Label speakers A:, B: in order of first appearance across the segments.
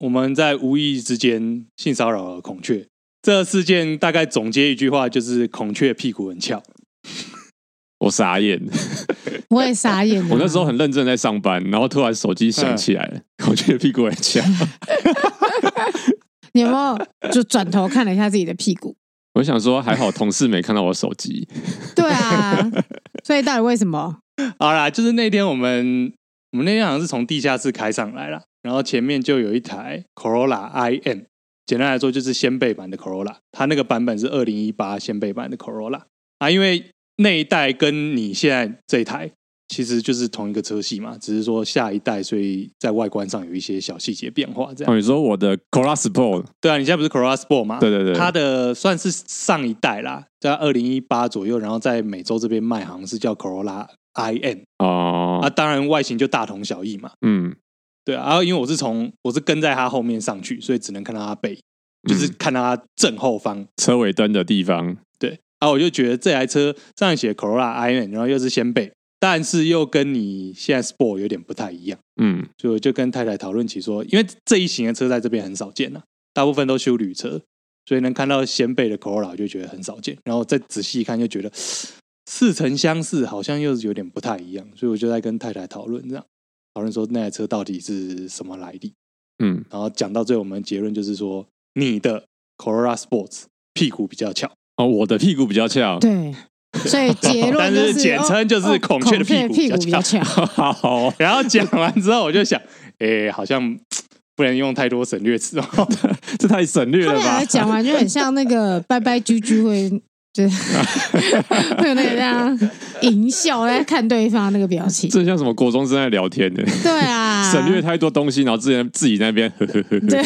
A: 我们在无意之间性骚扰了孔雀。这事件大概总结一句话，就是孔雀屁股很翘。
B: 我傻眼，
C: 我也傻眼了。
B: 我那时候很认真在上班，然后突然手机
C: 嗯
B: 响起来了， 孔雀屁股很翘，
C: 你有没有就转头看了一下自己的屁股？
B: 我想说还好同事没看到我手机，
C: 对啊，所以到底为什么？
A: 好啦，就是那天我们我们那天好像是从地下室开上来啦，然后前面就有一台 Corolla IM，简单来说就是掀背版的 Corolla，它那个版本是二零一八掀背版的 Corolla 啊，因为那一代跟你现在这一台其实就是同一个车系嘛，只是说下一代，所以在外观上有一些小细节变化，这样。
B: 哦，你说我的 c o r a s p o r t
A: 对啊，你现在不是 Corolla Sport 吗？
B: 对对对
A: 它的算是上一代啦，在二零一八左右，然后在美洲这边卖，好像是叫 Corolla IM
B: 哦，
A: 啊，当然外形就大同小异嘛。
B: 嗯，
A: 对啊，然后因为我是从我是跟在它后面上去，所以只能看到它背，就是
B: 嗯
A: 看到它正后方。
B: 车尾灯的地方，
A: 对啊，我就觉得这台车上面写 Corolla IM，然后又是掀背，但是又跟你现在 Sport 有点不太一样，
B: 嗯，
A: 所以我就跟太太讨论起说，因为这一型的车在这边很少见啊，大部分都修旅车，所以能看到掀背的 Corolla 我就觉得很少见，然后再仔细一看就觉得似曾相识，好像又是有点不太一样，所以我就在跟太太讨论这样。讨论说那台车到底是什么来历，
B: 嗯，
A: 然后讲到最后，我们结论就是说，你的 Corolla Sports 屁股比较翘，
B: 哦，我的屁股比较翘，
C: 对，所以结
A: 但
C: 论就是是
A: 简称就是
C: 哦哦
A: 孔
C: 孔
A: 雀的屁
C: 屁
A: 股
C: 股
A: 比
C: 比
A: 较
C: 较翘。
B: 好，
A: 然后讲完之后，我就想，诶，好像不能用太多省略词哦。
B: 这太省略
C: 他
B: 了
C: 们两
B: 吧
C: 个？啊讲完就很像那个拜拜啾啾会，就是 会有那个这样淫笑在看对方那个表情。
B: 这像什么国中生在聊天的，
C: 对啊，
B: 省略太多东西，然后自己自己那边呵呵呵呵
C: 对，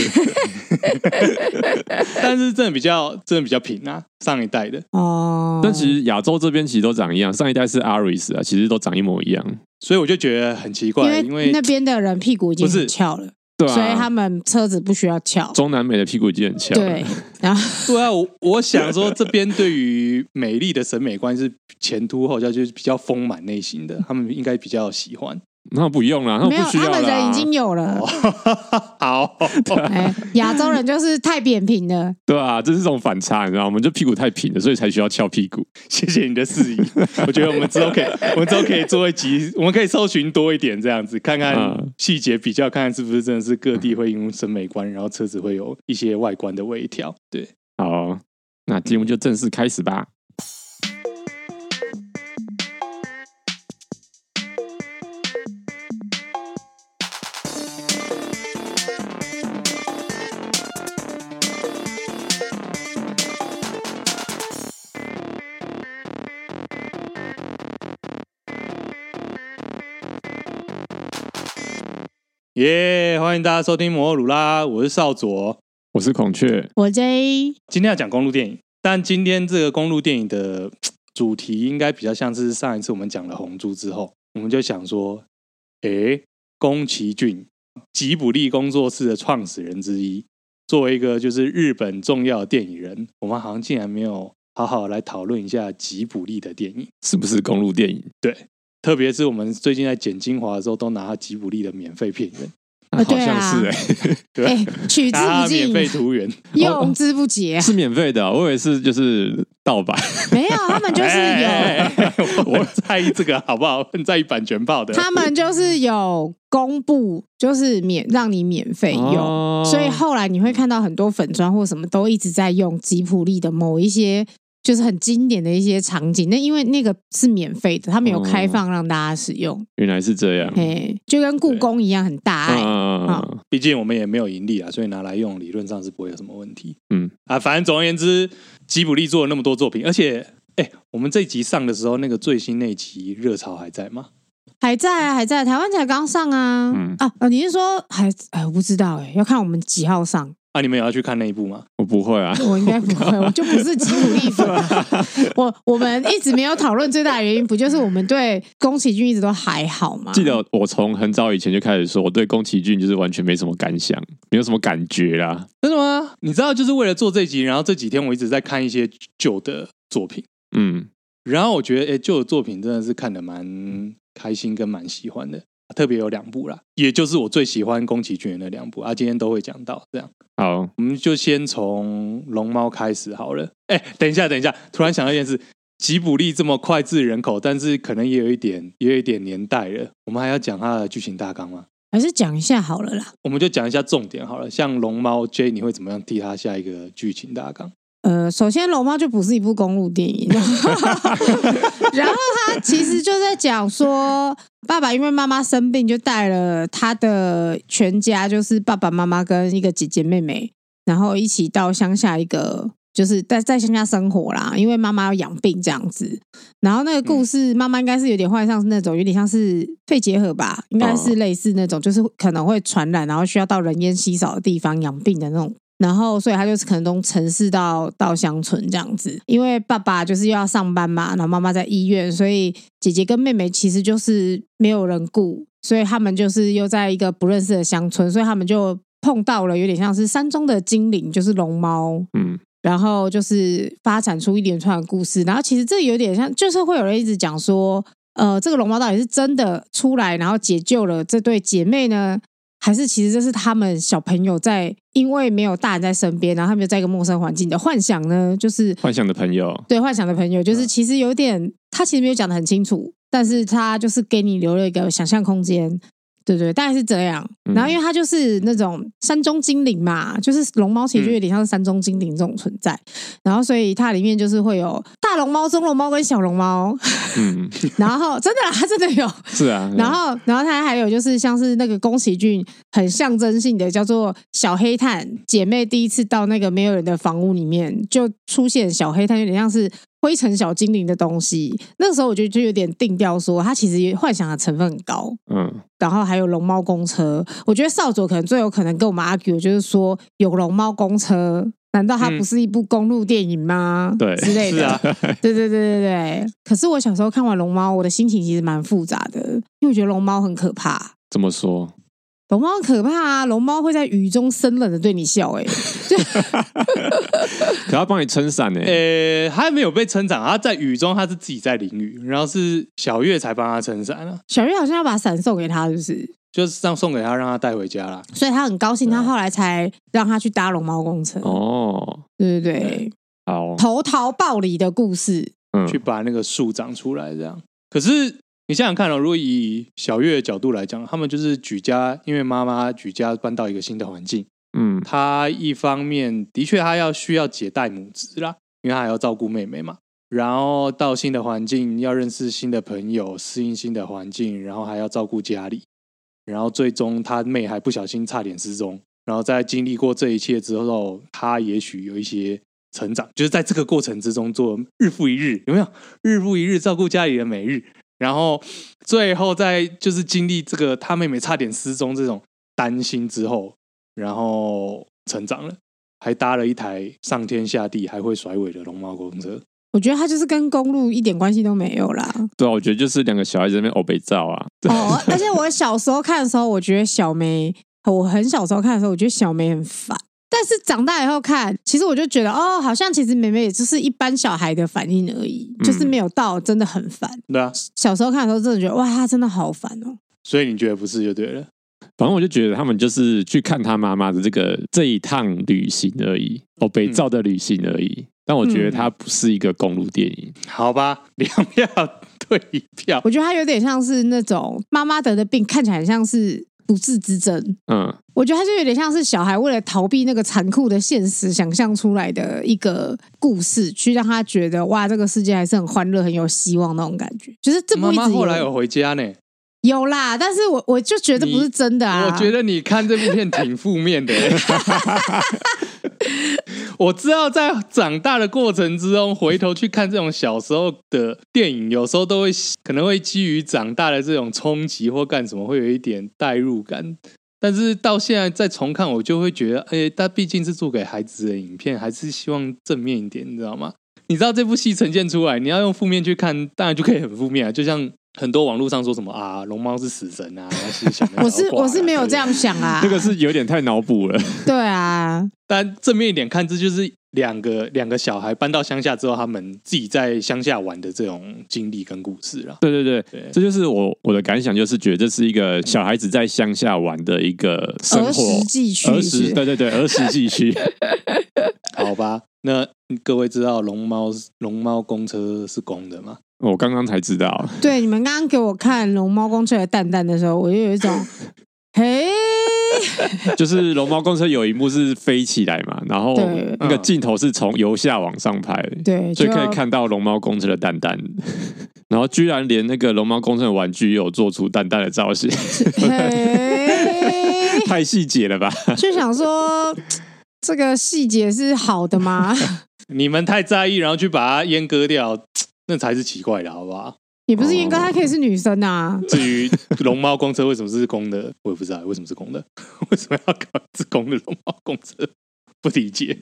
A: 但是真的比较，真的比较平啊，上一代的。
C: 哦。
B: 但其实亚洲这边其实都长一样，上一代是 Aris 啊，其实都长一模一样，
A: 所以我就觉得很奇怪，因
C: 因为
A: 为
C: 那边的人屁股已经
A: 不是
C: 很翘了，
B: 对啊，
C: 所以他们车子不需要翘。
B: 中南美的屁股已经很翘了，
C: 对，然后
A: 对啊，我我想说，这边对于美丽的审美观是前凸后翘，就是比较丰满类型的，他们应该比较喜欢。
B: 那不用啦，那
C: 没有，
B: 不需
C: 他
B: 要啦。
C: 们人已经有了。
A: 好，
C: 哎，亚洲人就是太扁平了。
B: 对啊，这是种反差，你知道吗？我们就屁股太平了，所以才需要翘屁股。
A: 谢谢你的质疑，我觉得我们之后可以，我们之后可以做一集，我们可以搜寻多一点这样子，看看
B: 嗯
A: 细节比较，看看是不是真的是各地会因为审美观，然后车子会有一些外观的微调。对，
B: 好，那节目就正式开始吧。
A: 耶、欢迎大家收听摩尔鲁拉，我是少佐。
B: 我是孔雀，
C: 我 J
A: 今天要讲公路电影，但今天这个公路电影的主题应该比较像是上一次我们讲了《红猪》之后，我们就想说，诶，宫崎骏吉卜力工作室的创始人之一，作为一个就是日本重要的电影人，我们好像竟然没有好好来讨论一下吉卜力的电影，
B: 是不是公路电影？
A: 特别是我们最近在剪精华的时候，都拿吉卜力的免费片源，
C: 啊
B: 好
C: 对啊
B: 像是哎、
C: 哎，取之
A: 拿他
C: 不
A: 免费
C: 尽，
A: 图源，
C: 用之不 竭。
B: 是免费的哦、我以为是就是盗版。
C: 没有，他们就是 有，
A: 哎哎哎哎我在意这个好不好？ 很在意版权报的。
C: 他们就是有公布，就是免让你免费用。
B: 哦
C: 所以后来你会看到很多粉砖或什么都一直在用吉普力的某一些。就是很经典的一些场景，那因为那个是免费的，他们有开放让大家使用，
B: 原来是这样。
C: 哎、就跟故宫一样很大爱。
B: 嗯
C: 啊，
A: 毕竟我们也没有盈利啊，所以拿来用理论上是不会有什么问题。
B: 嗯
A: 啊，反正总而言之，吉卜力做了那么多作品，而且哎、我们这一集上的时候，那个最新那一集热潮还在吗？
C: 还在啊，还在，台湾才刚上啊，
B: 嗯
C: 啊啊！你是说还哎，我不知道哎、要看我们几 号上，
A: 啊，你们有要去看那一部吗？
B: 我不会 啊。
C: 我应该不会，我就不是吉普力粉啊。我我们一直没有讨论最大的原因，不就是我们对宫崎骏一直都还好吗？
B: 记得我从很早以前就开始说，我对宫崎骏就是完全没什么感想，没有什么感觉啦。
A: 真的吗？你知道，就是为了做这一集，然后这几天我一直在看一些旧的作品，
B: 嗯，
A: 然后我觉得哎，旧的作品真的是看的蛮开心跟蛮喜欢的。特别有两部啦，也就是我最喜欢宫崎骏的那两部啊，今天都会讲到。这样，
B: 好，
A: 我们就先从龙猫开始好了。哎，等一下，等一下，突然想到一件事。吉卜力这么脍炙人口，但是可能也有一点，也有一点年代了。我们还要讲它的剧情大纲吗？
C: 还是讲一下好了啦。
A: 我们就讲一下重点好了。像龙猫 J，你会怎么样替它下一个剧情大纲？
C: 呃，首先《龙猫》就不是一部公路电影， 然后他其实就在讲说，爸爸因为妈妈生病，就带了他的全家，就是爸爸妈妈跟一个姐姐妹妹，然后一起到乡下一个，就是在在乡下生活啦，因为妈妈要养病这样子。然后那个故事，妈妈应该是有点患上那种有点像是肺结核吧，应该是类似那种，就是可能会传染，然后需要到人烟稀少的地方养病的那种然后，所以他就是可能从城市到到乡村这样子，因为爸爸就是又要上班嘛，然后妈妈在医院，所以姐姐跟妹妹其实就是没有人顾，所以他们就是又在一个不认识的乡村，所以他们就碰到了有点像是山中的精灵，就是龙猫，
B: 嗯，
C: 然后就是发展出一连串的故事。然后其实这有点像，就是会有人一直讲说，呃，这个龙猫到底是真的出来，然后解救了这对姐妹呢，还是其实这是他们小朋友在因为没有大人在身边，然后他们就在一个陌生环境的幻想呢？就是
B: 幻想的朋友，
C: 对幻想的朋友，就是其实有点，他其实没有讲的很清楚，但是他就是给你留了一个想象空间。对对，大概是这样。
B: 嗯
C: 然后，因为他就是那种山中精灵嘛，就是龙猫，其实就有点像是山中精灵这种存在。然后，所以它里面就是会有大龙猫、中龙猫跟小龙猫。
B: 嗯，
C: 然后，真的啦，它真的有。
B: 是啊，
A: 嗯
C: 然后，然后它还有就是像是那个宫崎骏很象征性的叫做小黑炭姐妹第一次到那个没有人的房屋里面，就出现小黑炭，有点像是灰尘小精灵的东西。那个时候我觉得就有点定调说，它其实幻想的成分很高。
B: 嗯，
C: 然后还有龙猫公车，我觉得少佐可能最有可能跟我们 argue 的就是说有龙猫公车，难道它
A: 嗯
C: 不是一部公路电影吗？
B: 对
C: 之类的。
A: 是啊，
C: 对对对对对。可是我小时候看完龙猫，我的心情其实蛮复杂的，因为我觉得龙猫很可怕。
B: 这么说，
C: 龙猫很可怕啊！龙猫会在雨中生冷的对你笑、欸，
B: 可他帮你撑伞欸 呢，
A: 呃，他没有被撑伞，他在雨中，他是自己在淋雨，然后是小月才帮他撑伞啊，
C: 小月好像要把伞送给他，是不是？
A: 就是这样送给他，让他带回家啦。
C: 所以他很高兴，
A: 对啊
C: 他后来才让他去搭龙猫公车。
B: 哦，
C: 对对对
A: 对，
B: 好，
C: 投桃报李的故事。
B: 嗯
A: 去，把那个树长出来，这样。可是你想想看哦，如果以小月的角度来讲，他们就是举家，因为妈妈举家搬到一个新的环境，
B: 嗯，
A: 她一方面的确她要需要解带母职啦，因为她还要照顾妹妹嘛。然后到新的环境，要认识新的朋友，适应新的环境，然后还要照顾家里，然后最终她妹还不小心差点失踪。然后在经历过这一切之后，她也许有一些成长，就是在这个过程之中做日复一日，有没有日复一日照顾家里的每日？然后最后在就是经历这个她妹妹差点失踪这种担心之后，然后成长了，还搭了一台上天下地还会甩尾的龙猫公车。
C: 我觉得他就是跟公路一点关系都没有啦。
B: 对啊，我觉得就是两个小孩子在那边欧北照啊，
C: 哦，而且我小时候看的时候，我觉得小梅，我很小时候看的时候，我觉得小梅很烦。但是长大以后看，其实我就觉得，哦，好像其实妹妹也就是一般小孩的反应而已，
B: 嗯
C: 就是没有到真的很烦。
A: 对啊，
C: 小时候看的时候，真的觉得哇，她真的好烦哦。
A: 所以你觉得不是就对了。
B: 反正我就觉得他们就是去看他妈妈的这个这一趟旅行而已，哦，北照的旅行而已。但我觉得它不是一个公路电影，
A: 好吧，两票 对一票。
C: 我觉得她有点像是那种妈妈得的病，看起来很像是不治之症。
B: 嗯，
C: 我觉得她就有点像是小孩为了逃避那个残酷的现实，想象出来的一个故事，去让他觉得哇，这个世界还是很欢乐、很有希望那种感觉。就是这部
A: 妈
C: 一直
A: 妈后来
C: 有
A: 有回家呢，
C: 有啦，但是我我就觉得不是真的啊。
A: 我觉得你看这部片挺负面 的、我知道，在长大的过程之中，回头去看这种小时候的电影，有时候都会可能会基于长大的这种冲击或干什么，会有一点代入感。但是到现在再重看，我就会觉得，哎、它毕竟是做给孩子的影片，还是希望正面一点，你知道吗？你知道这部戏呈现出来，你要用负面去看，当然就可以很负面啊。就像很多网络上说什么啊，龙猫是死神啊，然后其实 想
C: 我是我是 没有这样想啊。
B: 这个是有点太脑补了。
C: 对啊，
A: 但正面一点看，这就是两个两个小孩搬到乡下之后，他们自己在乡下玩的这种经历跟故事啦。
B: 对对对，
A: 对
B: 这就是我我的感想，就是觉得这是一个小孩子在乡下玩的一个生
C: 儿
B: 活
C: 时。记去
B: 儿时，对对对，儿时记区，
A: 好吧，那各位知道龙猫龙猫公车是公的吗？
B: 我刚刚才知道，
C: 对，你们刚刚给我看《龙猫公车》的蛋蛋的时候，我就有一种，嘿，
B: 就是龙猫公车有一幕是飞起来嘛，然后
C: 对
B: 那个镜头是从由下往上拍，
C: 对，
B: 所以
C: 就
B: 可以看到龙猫公车的蛋蛋， 然后居然连那个龙猫公车的玩具也有做出蛋蛋的造型，
C: 嘿，
B: 太细节了吧？
C: 就想说这个细节是好的吗？
A: 你们太在意，然后去把它阉割掉，那才是奇怪的，好不好？
C: 也不是严格，她可以是女生啊。
A: 至于龙猫公车为什么是公的， 我也不知道为什么是公的， 为什么要搞一只公的龙猫公车？ 不理解。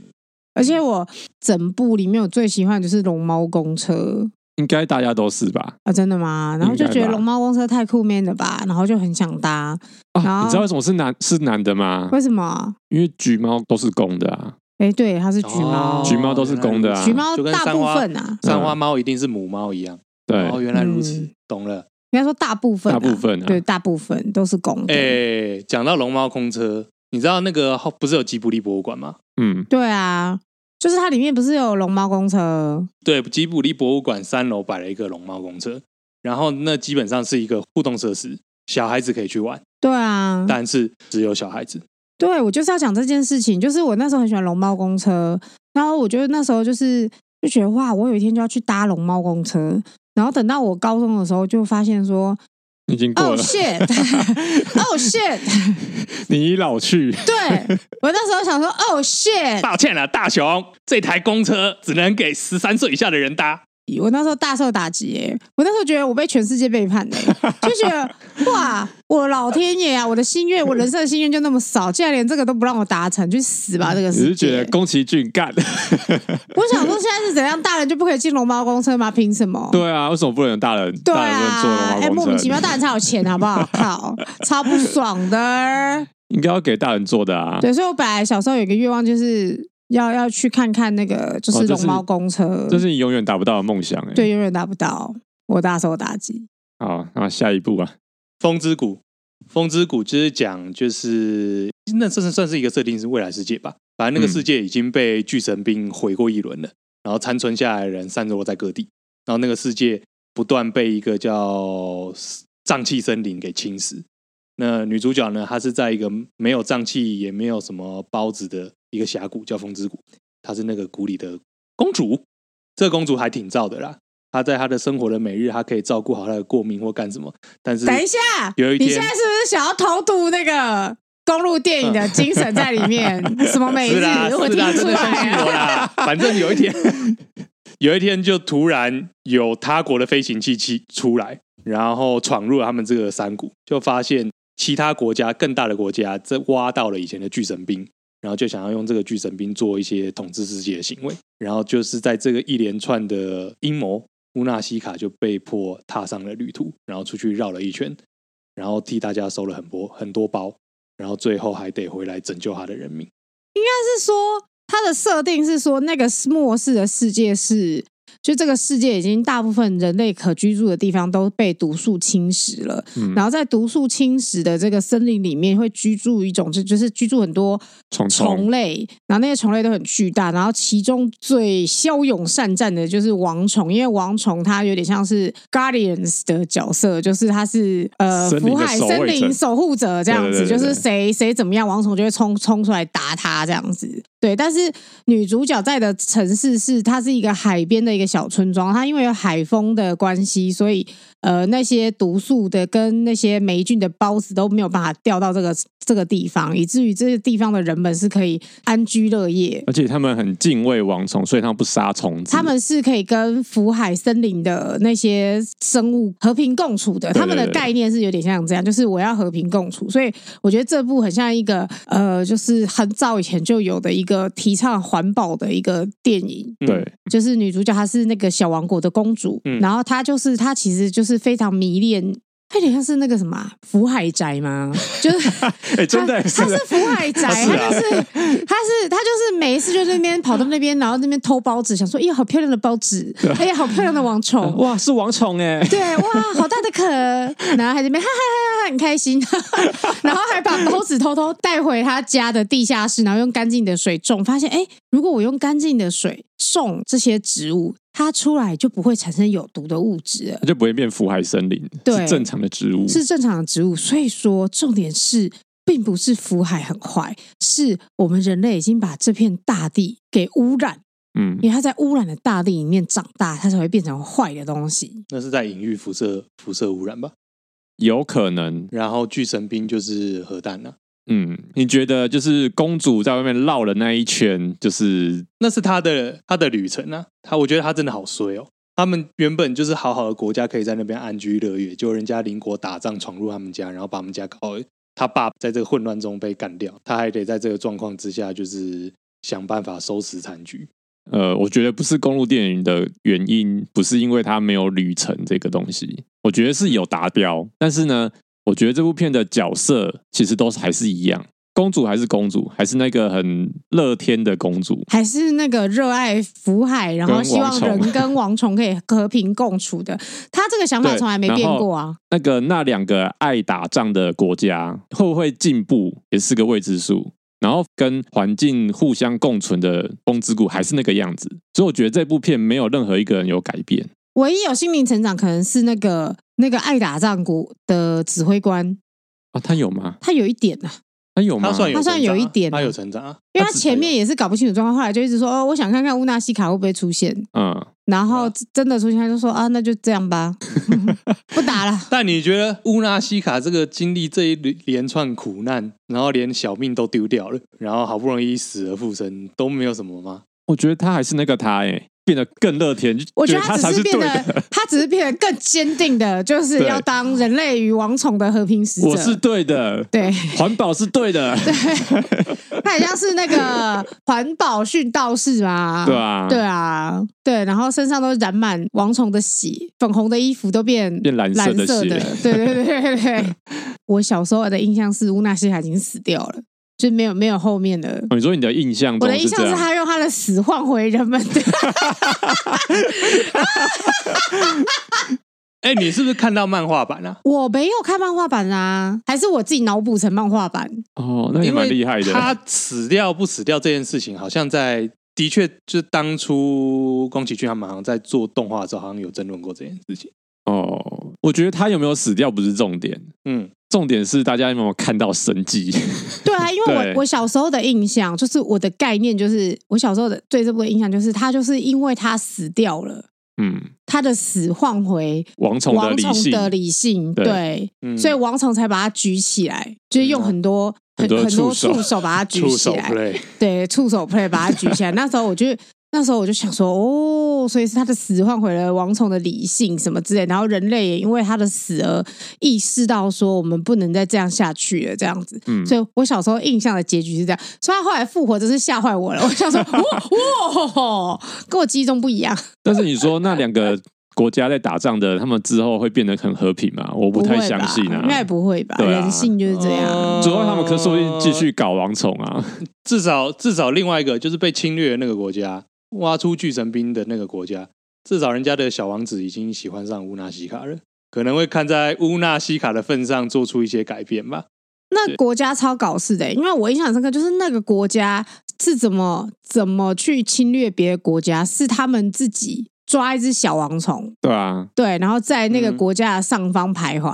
C: 而且我整部里面我最喜欢的就是龙猫公车
B: 应该大家都是吧？
C: 啊，真的吗？然后就觉
B: 应该
C: 得
B: 吧
C: 龙猫公车太酷 man 了吧，然后就很想搭。然
B: 啊，
C: 后
B: 你知道为什么是男是男的吗？
C: 哦为什么？
B: 因为橘猫都是公的啊，
C: 哎，对，它是橘猫，
A: 哦
B: 橘猫都是公的啊
C: 橘猫
A: 就跟
C: 大
A: 三
C: 部
A: 花
C: 分啊，
A: 三花猫一定是母猫一样。
B: 对，
A: 哦，原来如此，
C: 嗯
A: 懂了。
C: 应该说大部分啊，
B: 大部分啊
C: 对，大部分都是公的。
A: 哎、讲到龙猫公车，你知道那个后不是有吉卜力博物馆吗？
B: 嗯，
C: 对啊，就是它里面不是有龙猫公车？
A: 对，吉卜力博物馆三楼摆了一个龙猫公车，然后那基本上是一个互动设施，小孩子可以去玩，
C: 对啊，
A: 但是只有小孩子。
C: 对我就是要讲这件事情，就是我那时候很喜欢龙猫公车，然后我觉得那时候就是就觉得哇，我有一天就要去搭龙猫公车，然后等到我高中的时候就发现说
B: 已经过
C: ，Oh
B: 了，
C: shit，Oh shit，
B: 你已老去，
C: 对我那时候想说，Oh shit，
A: 抱歉了、大雄，这台公车只能给十三岁以下的人搭。
C: 我那时候大受打击耶、我那时候觉得我被全世界背叛的、就 觉得哇，我老天爷啊，我的心愿，我人生的心愿就那么少，竟然连这个都不让我达成，去死吧这个
B: 只
C: 世
B: 嗯是觉
C: 界
B: 得！宫崎骏 干，
C: 我想说现在是怎样，大人就不可以进龙猫公车吗？凭什么？
B: 对啊，为什么不能有大人？
C: 对
B: 大人不能坐
C: 啊，哎，
B: 龙猫
C: 莫
B: 公
C: 名
B: 车？
C: 其妙，大人才有钱好 不好？靠，超不爽的。
B: 应该要给大人坐的啊。
C: 对，所以我本来小时候有一个愿望，就是要要去看看那个，就
B: 哦
C: 是
B: 这
C: 龙
B: 是
C: 猫公车，
B: 这是你永远达不到的梦想哎、欸。
C: 对，永远达不到，我大受打击。
B: 好，那下一步啊，
A: 风之谷，风之谷就是讲，就是那算是算是一个设定是未来世界吧。反正那个
B: 嗯
A: 世界已经被巨神兵毁过一轮了，然后残存下来的人散落在各地，然后那个世界不断被一个叫瘴气森林给侵蚀。那女主角呢，她是在一个没有瘴气也没有什么孢子的一个峡谷，叫风之谷。她是那个谷里的公主，这个公主还挺燥的啦。她在她的生活的每日，她可以照顾好她的过敏或干什么，但是
C: 等一下，
A: 有一
C: 你现
A: 天
C: 在是不是想要偷渡那个公路电影的精神在里 面？什么每
A: 是
C: 日
A: 啦，？
C: 我
A: 是
C: 听
A: 啦真
C: 出
A: 的相信
C: 来啊
A: 我
C: 了。
A: 啦。反正有一天，啊 有一天就突然有他国的飞行器器出来，然后闯入了他们这个山谷，就发现其他国家更大的国家这挖到了以前的巨神兵，然后就想要用这个巨神兵做一些统治世界的行为，然后就是在这个一连串的阴谋，乌纳西卡就被迫踏上了旅途，然后出去绕了一圈，然后替大家收了很多很多包。然后最后还得回来拯救他的人民，
C: 是说它的设定是说那个末世的世界是，就这个世界已经大部分人类可居住的地方都被毒素侵蚀了，
B: 嗯
C: 然后在毒素侵蚀的这个森林里面会居住一种，就就是居住很多
B: 虫
C: 虫类，然后那些虫类都很巨大，然后其中最骁勇善战的就是王虫，因为王虫它有点像是 Guardians 的角色，就是它是呃
B: 森林
C: 福
B: 的
C: 海
B: 守
C: 森
B: 卫
C: 林
B: 者
C: 守护者这样子，
B: 对对对对
C: 就是谁谁怎么样，王虫就会冲冲出来打他这样子。对，但是女主角在的城市是它是一个海边的一个小村庄，它因为有海风的关系，所以呃那些毒素的跟那些霉菌的孢子都没有办法掉到这个这个地方，以至于这个地方的人们是可以安居乐业。
B: 而且他们很敬畏王虫，所以他们不杀虫子。
C: 他们是可以跟福海森林的那些生物和平共处的。
B: 对
C: 他们的
B: 对对
C: 概念是有点像这样，就是我要和平共处。所以我觉得这部很像一个呃，就是很早以前就有的一个提倡环保的一个电影。
A: 嗯
B: 对，
C: 就是女主角她是那个小王国的公主，
A: 嗯
C: 然后她就是她其实就是非常迷恋。它有点像是那个什么啊福海宅吗？ 就是
B: 哎、 真的
C: 他
B: 是
C: 他是福海宅，
B: 是啊
C: 他就是他是他就是每一次就那边跑到那边，然后那边偷包子，想说，哎呀，好漂亮的包子，哎呀，好漂亮的网虫，
B: 哇，是王宠哎、
C: 对，哇，好大的壳，然后还在那边哈哈哈哈很开心， 然后还把包子偷偷带回他家的地下室，然后用干净的水种，发现哎，诶如果我用干净的水种这些植物，它出来就不会产生有毒的物质了。
B: 它就不会变福海森林，
C: 对
B: 是正常的植物。
C: 是正常的植物。所以说，重点是，并不是福海很坏，是我们人类已经把这片大地给污染，
B: 嗯，
C: 因为它在污染的大地里面长大，它才会变成坏的东西。
A: 那是在隐喻辐射辐射污染吧？
B: 有可能。
A: 然后巨神兵就是核弹呐、啊，
B: 嗯，你觉得就是公主在外面绕了那一圈，就是
A: 那是他的他的旅程啊。他我觉得他真的好衰哦。他们原本就是好好的国家，可以在那边安居乐业，结果人家邻国打仗闯入他们家，然后把他们家搞了。他爸在这个混乱中被干掉，他还得在这个状况之下，就是想办法收拾残局。
B: 呃，我觉得不是公路电影的原因，不是因为它没有旅程这个东西，我觉得是有达标，但是呢，我觉得这部片的角色其实都是还是一样，公主还是公主，还是那个很乐天的公主，
C: 还是那个热爱福海，然后
B: 跟
C: 希望
B: 王虫
C: 人 跟王虫可以和平共处的，他这个想法
B: 对
C: 从来没变过啊。
B: 那个那两个爱打仗的国家会不会进步，也是个未知数。然后跟环境互相共存的风之谷还是那个样子，所以我觉得这部片没有任何一个人有改变。
C: 唯一有心灵成长，可能是那个那个爱打仗国的指挥官，
B: 啊，他有吗？
C: 他有一点啊，
B: 他有吗？
A: 他算有
C: 他
A: 成长啊、
C: 算有一点啊
A: 他有成长啊。
C: 因为
A: 他
C: 他
A: 只
C: 前
B: 哦
C: 面也是搞不清楚状况，后来就一直说哦，我想看看乌纳西卡会不会出现，
B: 嗯，
C: 然后
A: 嗯
C: 真真的出现，他就说啊，那就这样 吧，不打了。
A: 但你觉得乌纳西卡这个经历这一连连串苦难，然后连小命都丢掉了，然后好不容易死而复生，都没有什么吗？
B: 我觉得他还是那个他、欸，变得更乐天。就
C: 我觉
B: 觉
C: 得
B: 他
C: 他
B: 才
C: 只是
B: 对
C: 变得
B: 的。，
C: 他只是变得更坚定的，就是
B: 对
C: 要当人类与王宠的和平使者。
B: 我是对的，
C: 对，啊
B: 环保是对 的，
C: 他很像是那个环保殉道士嘛。
B: 对。啊，
C: 对啊，对，然后身上都染满王虫的血，粉红的衣服都变
B: 变蓝色
C: 蓝
B: 的
C: 色
B: 血
C: 的，对对对对对。我小时候的印象是乌纳西卡已经死掉了，就没有没有后面的。
B: 哦你说你的印象
C: 我
B: 中
C: 的印
B: 是
C: 象
B: 这
C: 是
B: 样，
C: 他用他的死换回人们的，
A: 哎、你是不是看到漫画版啊？
C: 我没有看漫画版啊，还是我自己脑补成漫画版？
B: 哦，那
A: 哎
B: 也
A: 因为
B: 蛮厉害的。
A: 他死掉不死掉这件事情，好像在的确就是当初宫崎骏他们好像在做动画的时候，好像有争论过这件事情。
B: 哦，我觉得他有没有死掉不是重点，
A: 嗯，
B: 重点是大家有没有看到生机？
C: 对啊，因为
B: 对
C: 我我小时候的印象就是我的概念就是我小时候的对这部的印象就是他就是因为他死掉了，
B: 嗯，
C: 他的死换回
B: 王虫的
C: 王
B: 理
C: 虫
B: 性，
C: 的理性，
B: 对
C: 对，
A: 嗯
C: 所以王虫才把它举起来，就是用很多、
B: 啊很
C: 很
B: 多
C: 很多
B: 触手
C: 触手把它举
A: 触
C: 起
A: 手
C: 来，
A: play
C: 对，触手 play 把它举 起来。那时候我就那时候我就想说，哦，所以是他的死换回了王虫的理性什么之类，然后人类也因为他的死而意识到说我们不能再这样下去了，这样子。
B: 嗯，
C: 所以我小时候印象的结局是这样，所以他后来复活真是吓坏我了。我 想说，哇哇，跟我记忆中不一样。
B: 但是你说那两个国家在打仗的，他们之后会变得很和平吗？我
C: 不
B: 太
C: 会
B: 相
C: 吧
B: 信
C: 应该也
B: 啊。
C: 不会吧？
B: 对啊
C: 人性就是这样。
A: 哦
B: 主要他们可说不定继续搞王虫啊，
A: 至少至少另外一个就是被侵略的那个国家，挖出巨神兵的那个国家，至少人家的小王子已经喜欢上乌纳西卡了，可能会看在乌纳西卡的份上做出一些改变吧。
C: 那国家超搞事的、欸因为我印象深刻，就是那个国家是怎么怎么去侵略别的国家，是他们自己抓一只小王虫，
B: 对啊，
C: 对，然后在那个
A: 嗯
C: 国家的上方徘徊，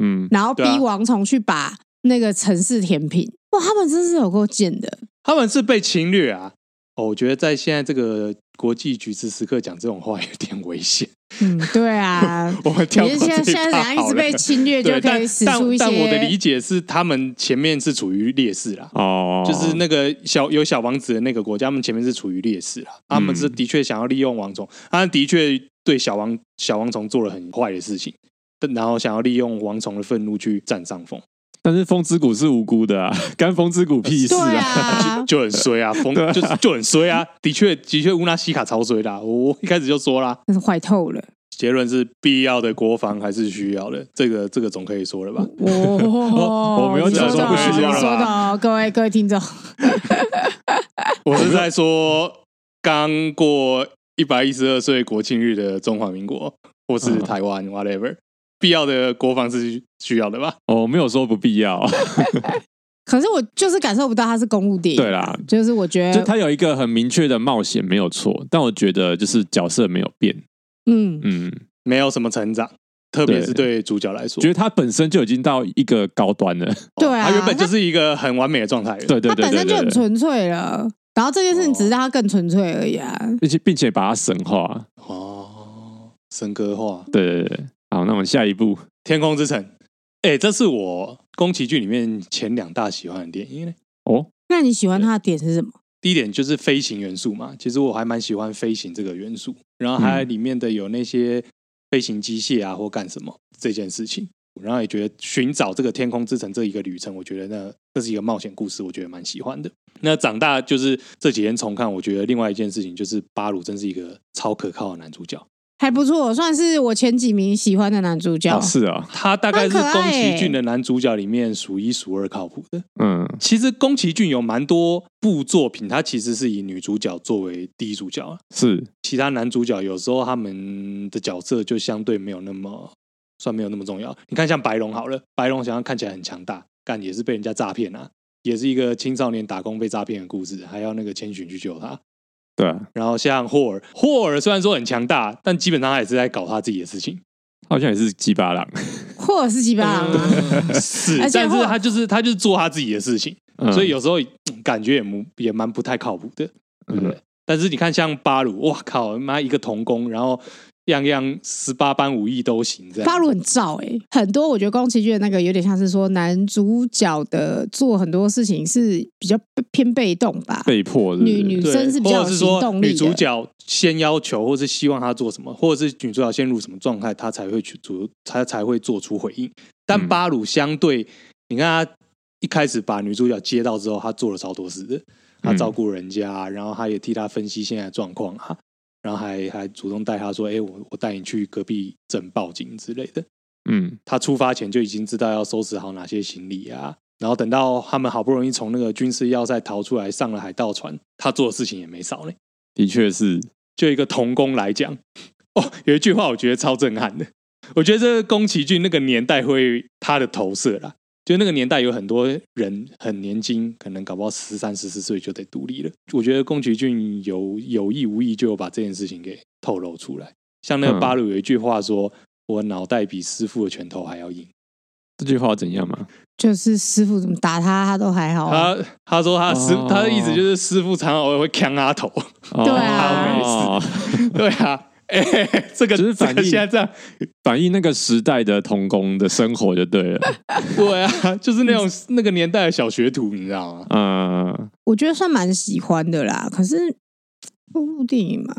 B: 嗯，
C: 然后逼
A: 对啊
C: 王虫去把那个城市填平。哇，他们真是有够贱的！
A: 他们是被侵略啊！哦，我觉得在现在这个国际局势时刻讲这种话有点危险。
C: 嗯，对啊。
A: 我们跳
C: 你
A: 过
C: 是现在
A: 这
C: 现
A: 一
C: 在怎
A: 趴
C: 样一
A: 好
C: 直
A: 了
C: 被 侵略就
A: 对，
C: 可以
A: 但
C: 使出
A: 但
C: 一些？
A: 但我的理解是，他们前面是处于劣势啦。
B: 哦，
A: 就是那个小有小王子的那个国家，他们前面是处于劣势啦，啊
B: 嗯
A: 他们是的确想要利用王虫，他们的确对小王小王虫做了很坏的事情，但然后想要利用王虫的愤怒去占上风，
B: 但是风之谷是无辜的啊， 干风之谷屁事
C: 对
B: 啊，
C: 啊，
A: 就很衰 啊，风
B: 对啊
A: 就是就很衰啊，的确的确乌纳西卡超衰的啊、我我一开始就说啦，
C: 那是坏透了。
A: 结论是必要的国防还是需要的，这个这个总可以说了吧？
C: 哦
B: 我没有
A: 讲说不需要了吧
C: 你说的哦，各位各位听众，
A: 我是在说刚过一百一十二岁国庆日的中华民国，或是
B: 嗯
A: 台湾，whatever，必要的国防是需要的吧？
B: 哦我没有说不必要，
C: 啊可是我就是感受不到它是公路电影，啊
B: 对啦，
C: 就是我觉
B: 就
C: 得，
B: 他有一个很明确的冒险没有错，但我觉得就是角色没有变，
C: 嗯，
B: 嗯，
A: 没有什么成长，特别
B: 对
A: 是对主角来说哦
B: 觉，得他本身就已经到一个高端了，
C: 对啊，
A: 他原本就是一个很完美的状态了。
B: 对对
C: 它
B: 对
C: 本
B: 对
C: 身就很
B: 对对，哦
C: 纯粹了。然后这件事情只是让它更纯粹而已啊。
B: 并且并且把它神化，
A: 哦，神格化，《
B: 对对对，对好，那我们下一步
A: 天空之城》哎，这是我宫崎骏里面前两大喜欢的电影。
B: 哦，
C: 那你喜欢它的点是什么？
A: 第一点就是飞行元素嘛，其实我还蛮喜欢飞行这个元素，然后它里面的有那些飞行机械啊或干什么这件事情，然后也觉得寻找这个天空之城这一个旅程，我觉得那这是一个冒险故事，我觉得蛮喜欢的。那长大就是这几天重看，我觉得另外一件事情就是巴鲁真是一个超可靠的男主角，
C: 还不错，算是我前几名喜欢的男主角。
B: 哦 是啊，
A: 他大概是
C: 他很可
A: 宫
C: 爱
A: 崎
C: 欸
A: 骏的男主角里面数一数二靠谱的。
B: 嗯，
A: 其实宫崎骏有蛮多部作品，他其实是以女主角作为第一主角啊，
B: 是
A: 其他男主角有时候他们的角色就相对没有那么算没有那么重要。你看像白龙好了，白龙想要看起来很强大，但也是被人家诈骗啊，也是一个青少年打工被诈骗的故事，还要那个千寻去救他。
B: 对啊，
A: 然后像霍尔，霍尔虽然说很强大，但基本上他也是在搞他自己的事情，
B: 好像也是鸡巴狼，
C: 霍尔是吉巴郎啊，
A: 是
C: 而，且
A: 但
C: 霍
A: 是
C: 尔
A: 他就是他就是做他自己的事情，
B: 嗯
A: 所以有时候嗯感觉也蛮也蛮不太靠谱的。对不对？但是你看，像巴鲁，哇靠，妈一个童工，然后样样十八般武艺都行， 这样
C: 巴鲁很燥哎、很多我觉得宫崎骏的那个有点像是说男主角的做很多事情是比较偏被动吧，
B: 被迫的
C: 女女
A: 对
C: 生是比
A: 或者
C: 较有
A: 是
C: 行
A: 说
C: 动
A: 女
C: 力
A: 主
C: 的。
A: 角先要求，或是希望她做什么，或者是女主角陷入什么状态，她才会去做，她才会做出回应。但
B: 嗯
A: 巴鲁相对，你看他一开始把女主角接到之后，他做了超多事的，他
C: 嗯
A: 照顾人家啊，然后他也替她分析现在的状况啊，然后还还主动带她说：“哎、我我带你去隔壁镇报警之类的。”
B: 嗯，
A: 他出发前就已经知道要收拾好哪些行李啊。然后等到他们好不容易从那个军事要塞逃出来，上了海盗船，他做的事情也没少呢。
B: 的确是，
A: 就一个童工来讲，哦，有一句话我觉得超震撼的，我觉得这是宫崎骏那个年代会他的投射啦，就那个年代有很多人很年轻，可能搞不好十三、十四岁就得独立了。我觉得宫崎骏有有意无意就有把这件事情给透露出来。像那个
B: 嗯
A: 巴鲁有一句话说：“我脑袋比师傅的拳头还要硬。”
B: 这句话怎样嘛？
C: 就是师傅怎么打他，他都还好、啊。
A: 他他说他师、
B: 哦
A: 他的意思就是师傅常常偶尔会呛他头，
B: 对
C: 啊
B: 哦、
A: 对啊，哎、这个
B: 就是反
A: 这个
B: 应
A: 现在这样，
B: 反映那个时代的童工的生活就对了，
A: 对啊，就是那种那个年代的小学徒，你知道吗？
B: 嗯。
C: 我觉得算蛮喜欢的啦，可是公路电影嘛，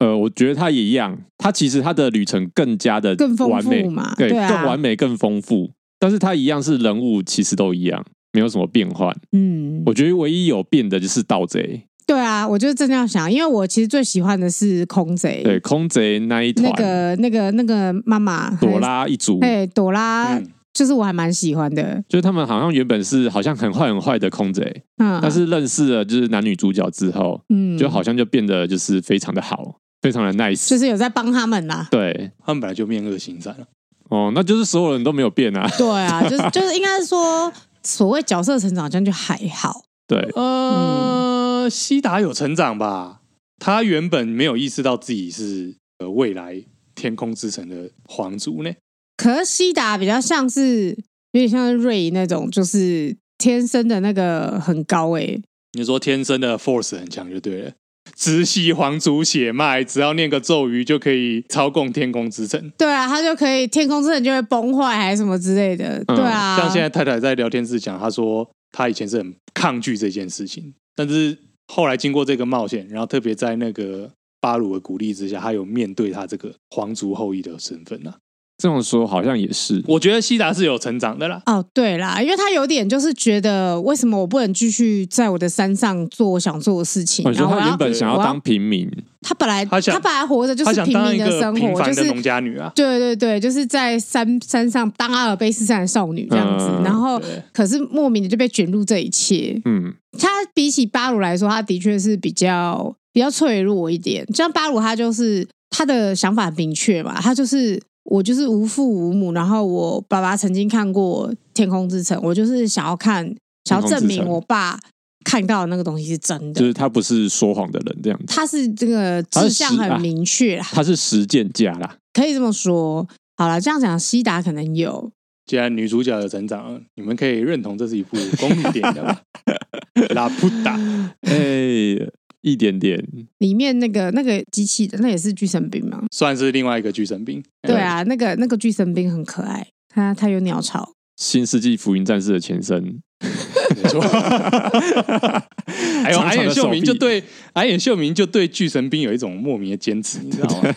B: 呃，我觉得他也一样，他其实他的旅程更加的
C: 更丰
B: 完
C: 富
B: 美
C: 嘛
B: 对，
C: 对啊
B: 更完美、更丰富。但是他一样是人物，其实都一样，没有什么变换。
C: 嗯，
B: 我觉得唯一有变的就是盗贼，
C: 对啊，我就是真的要想，因为我其实最喜欢的是空贼，
B: 对，空贼那一团，
C: 那个那个那个妈妈
B: 朵，拉一族，
C: 哎，朵
B: 啊
C: 拉
A: 嗯
C: 就是我还蛮喜欢的，
B: 就是他们好像原本是好像很坏很坏的空贼，
C: 嗯，
B: 但是认识了就是男女主角之后，
C: 嗯，
B: 就好像就变得就是非常的好，非常的 nice。
C: 就是有在帮他们啦。
B: 对，
A: 他们本来就面恶心善了，
B: 哦，那就是所有人都没有变啊。
C: 对啊，就是就是应该说，所谓角色成长，好像就还好。
B: 对，嗯
A: 呃，西达有成长吧？他原本没有意识到自己是呃未来天空之城的皇族呢。
C: 可是西达比较像是有点像是瑞那种，就是天生的那个很高欸诶、
A: 你说天生的 force 很强就对了，直系皇族血脉，只要念个咒语就可以操控天空之城。
C: 对啊，他就可以天空之城就会崩坏还是什么之类的，
B: 嗯
C: 对啊，
A: 像现在太太在聊天室讲，她说她以前是很抗拒这件事情，但是后来经过这个冒险，然后特别在那个巴鲁的鼓励之下，她有面对她这个皇族后裔的身份啊。
B: 这样说好像也是，
A: 我觉得西达是有成长的啦。
C: 哦，对啦，因为他有点就是觉得，为什么我不能继续在我的山上做我想做的事
A: 哦
C: 情？
B: 我
C: 然
B: 说
C: 后我
B: 他
C: 要
B: 原本想要
C: 我要
B: 当平民，
C: 他本来
A: 他想
C: 本来活着就
A: 她
C: 是
A: 想
C: 平
A: 当一
C: 民的
A: 个
C: 生
A: 平
C: 活，
A: 凡
C: 就
A: 的
C: 是
A: 农家女啊。
C: 对对对，就是在山山上当阿尔卑斯山的少女这样子，
B: 嗯
C: 然后
A: 对
C: 可是莫名的就被卷入这一切。
B: 嗯，
C: 他比起巴鲁来说，他的确是比较比较脆弱一点。像巴鲁，他就是他的想法很明确嘛，他就是我就是无父无母，然后我爸爸曾经看过《天空之城》，我就是想要看，想要证
B: 天空之
C: 明
B: 城
C: 我爸看到的那个东西是真
B: 就
C: 的。
B: 是他不是说谎的人这样子，
C: 他是这个志向
B: 他是啊
C: 很明确啦，
B: 他是实践家啦。
C: 可以这么说。好了，这样讲，西达可能有，
A: 既然女主角有成长了，你们可以认同这是一部公路电影了 吧？拉普达，
B: 哎、一点点，
C: 里面那个那个机器人，那也是巨神兵吗？
A: 算是另外一个巨神兵。
C: 对啊，那个那个巨神兵很可爱，它它有鸟巢。
B: 新世纪福音战士的前 身，
A: 没错。 还有
B: 长
A: 矮
B: 长
A: 眼
B: 的手
A: 秀
B: 臂
A: 明就对矮眼秀明就对巨神兵有一种莫名的坚持，你知道吗？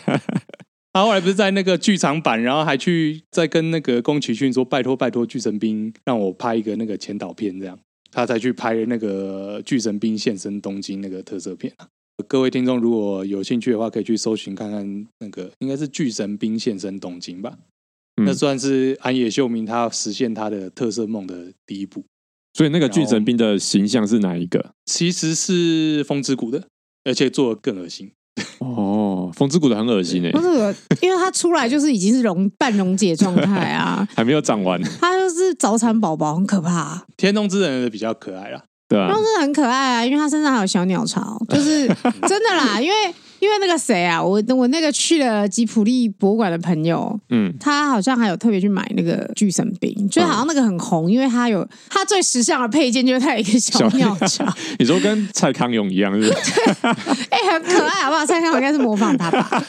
A: 他后来不是在那个剧场版，然后还去在跟那个宫崎骏说：“拜托拜托，巨神兵让我拍一个那个前导片。”这样他才去拍那个巨神兵现身东京那个特色片啊。各位听众如果有兴趣的话，可以去搜寻看看那个应该是巨神兵现身东京吧。
B: 嗯
A: 那算是安野秀明他实现他的特色梦的第一步。
B: 所以那个巨
C: 哦
B: 神兵的形象是哪一个？
A: 其实是风之谷的，而且做的更恶心。
B: 哦，风之谷的很恶心哎、
C: 但是我因为它出来就是已经是溶半溶解状态啊，
B: 还没有长完，
C: 它就是早产宝宝，很可怕、
A: 天空之城的比较可爱啦，
B: 对啊
C: 然，后真的很可爱啊，因为它身上还有小鸟巢，就是真的啦，因为。因为那个谁啊，我我那个去了吉普力博物馆的朋友，
B: 嗯，
C: 他好像还有特别去买那个巨神兵，
A: 嗯
C: 就好像那个很红，因为它有它最时尚的配件就是它有一个小
B: 小
C: 鸟巢，
B: 你说跟蔡康永一样是不是？
C: 哎、很可爱，好不好？蔡康永应该是模仿他吧？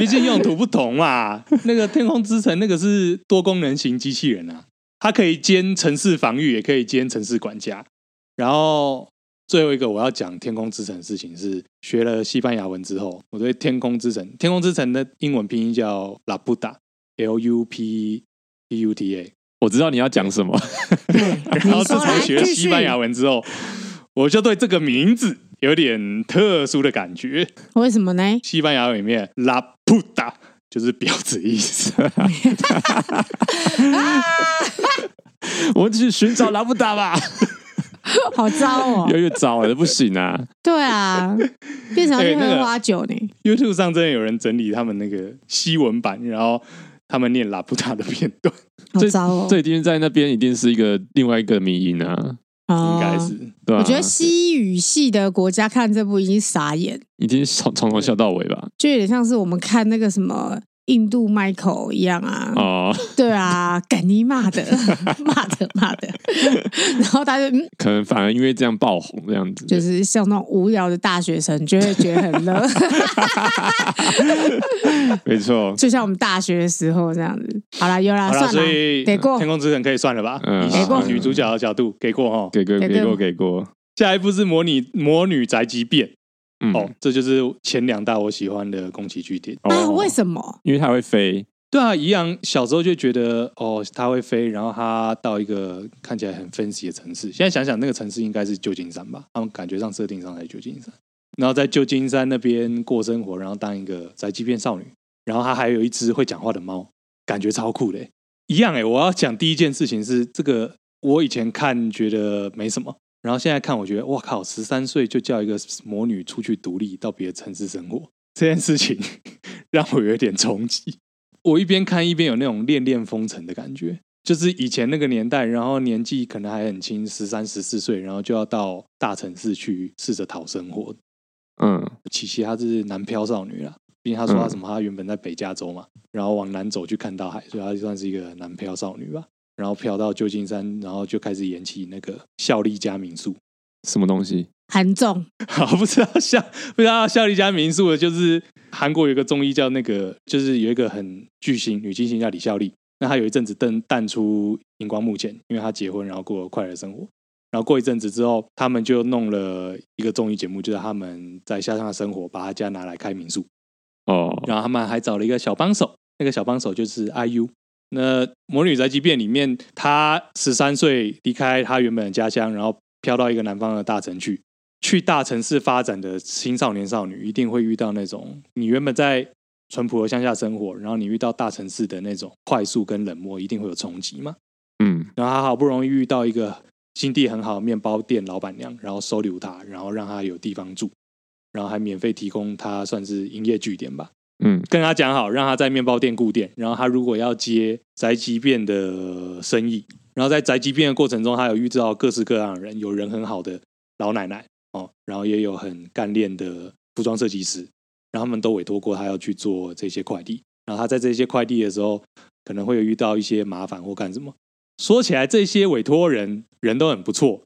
A: 毕竟用途不同嘛。那个天空之城那个是多功能型机器人啊，它可以兼城市防御，也可以兼城市管家。然后最后一个我要讲天空之城的事情是，学了西班牙文之后，我对天空之城，天空之城的英文拼音叫 Laputa，L U P E P U T A。
B: 我知道你要讲什么，
A: 然后
C: 你
A: 自从
C: 说来
A: 学
C: 啊继
A: 西
C: 续
A: 班牙文之后，我就对这个名字有点特殊的感觉。
C: 为什么呢？
A: 西班牙文里面 “la puta” 就是婊子的意思。
B: 我们去寻找拉布达 吧，
C: 好糟
B: 越
C: 哦！
B: 来越糟了，不行啊！
C: 对啊，变成要去
A: 哎那
C: 喝
A: 个
C: 花酒呢。
A: YouTube 上真的有人整理他们那个西文版，然后他们念 “la puta” 的片段，
C: 好
B: 这
C: 糟哦！
B: 这一定在那边一定是一个另外一个迷因啊，
C: 哦
A: 应该是。啊
B: 对吧、
C: 我觉得西语系的国家看这部已经傻眼，
B: 一定从从头笑到尾吧。
C: 就有点像是我们看那个什么印度 Michael 一样啊。
B: 哦，
C: 对啊，赶你 骂的，骂的，骂的。 然后他就嗯，
B: 可能反而因为这样爆红这样子，
C: 就是像那种无聊的大学生，就会觉得很 乐，
B: 没错。
C: 就像我们大学的时候这样子。好啦，有啦，
A: 好了，
C: 啊算
A: 所
C: 啦，
A: 以
C: 得过
A: 天空之城》可以算了吧？
B: 嗯
A: 以
B: 给过
A: 女主角的角度给过哈。
B: 给过
C: 给
B: 给
C: 过
B: 过给过，
A: 下一部是魔女魔女宅急便
B: 嗯
A: 哦，这就是前两大我喜欢的宫崎骏电影。
C: 哎呀，
B: 哦
C: 为什么？
B: 因为它会飞，
A: 对啊，一样。小时候就觉得哦，它会飞，然后它到一个看起来很 fancy 的城市。现在想想，那个城市应该是旧金山吧？他们感觉上设定上在旧金山，然后在旧金山那边过生活，然后当一个宅急便少女，然后她还有一只会讲话的猫，感觉超酷的欸。一样哎，我要讲第一件事情是这个，我以前看觉得没什么，然后现在看我觉得哇靠，十三岁就叫一个魔女出去独立到别的城市生活这件事情， 让我有点冲击。我一边看一边有那种恋恋风尘的感觉，就是以前那个年代，然后年纪可能还很轻，十三十四岁，然后就要到大城市去试着讨生活。
B: 嗯，
A: 琪琪她是南漂少女啦，毕竟她说她
B: 嗯
A: 什么，她原本在北加州嘛，然后往南走去看大海，所以她就算是一个南漂少女吧。然后漂到旧金山，然后就开始演起那个效力加民宿。
B: 什么东西？
C: 韩重
A: 好， 不知道效不知道效力加民宿的，就是韩国有一个综艺叫那个，就是有一个很巨星女巨星叫李孝利，那她有一阵子淡淡出荧光幕前，因为她结婚，然后过了快乐生活。然后过一阵子之后，他们就弄了一个综艺节目，就是他们在乡下生活，把他家拿来开民宿，
B: 哦，
A: 然后他们还找了一个小帮手，那个小帮手就是 IU。那《魔女宅急便》里面，她十三岁离开她原本的家乡，然后飘到一个南方的大城去。去大城市发展的青少年少女，一定会遇到那种你原本在淳朴的乡下生活，然后你遇到大城市的那种快速跟冷漠，一定会有冲击嘛。
B: 嗯，
A: 然后她好不容易遇到一个心地很好的面包店老板娘，然后收留她，然后让她有地方住，然后还免费提供她算是营业据点吧。
B: 嗯，
A: 跟他讲好，让他在面包店顾店，然后他如果要接宅急便的生意，然后在宅急便的过程中，他有遇到各式各样的人，有人很好的老奶奶哦，然后也有很干练的服装设计师，然后他们都委托过他要去做这些快递，然后他在这些快递的时候，可能会有遇到一些麻烦或干什么。说起来，这些委托人人都很不错，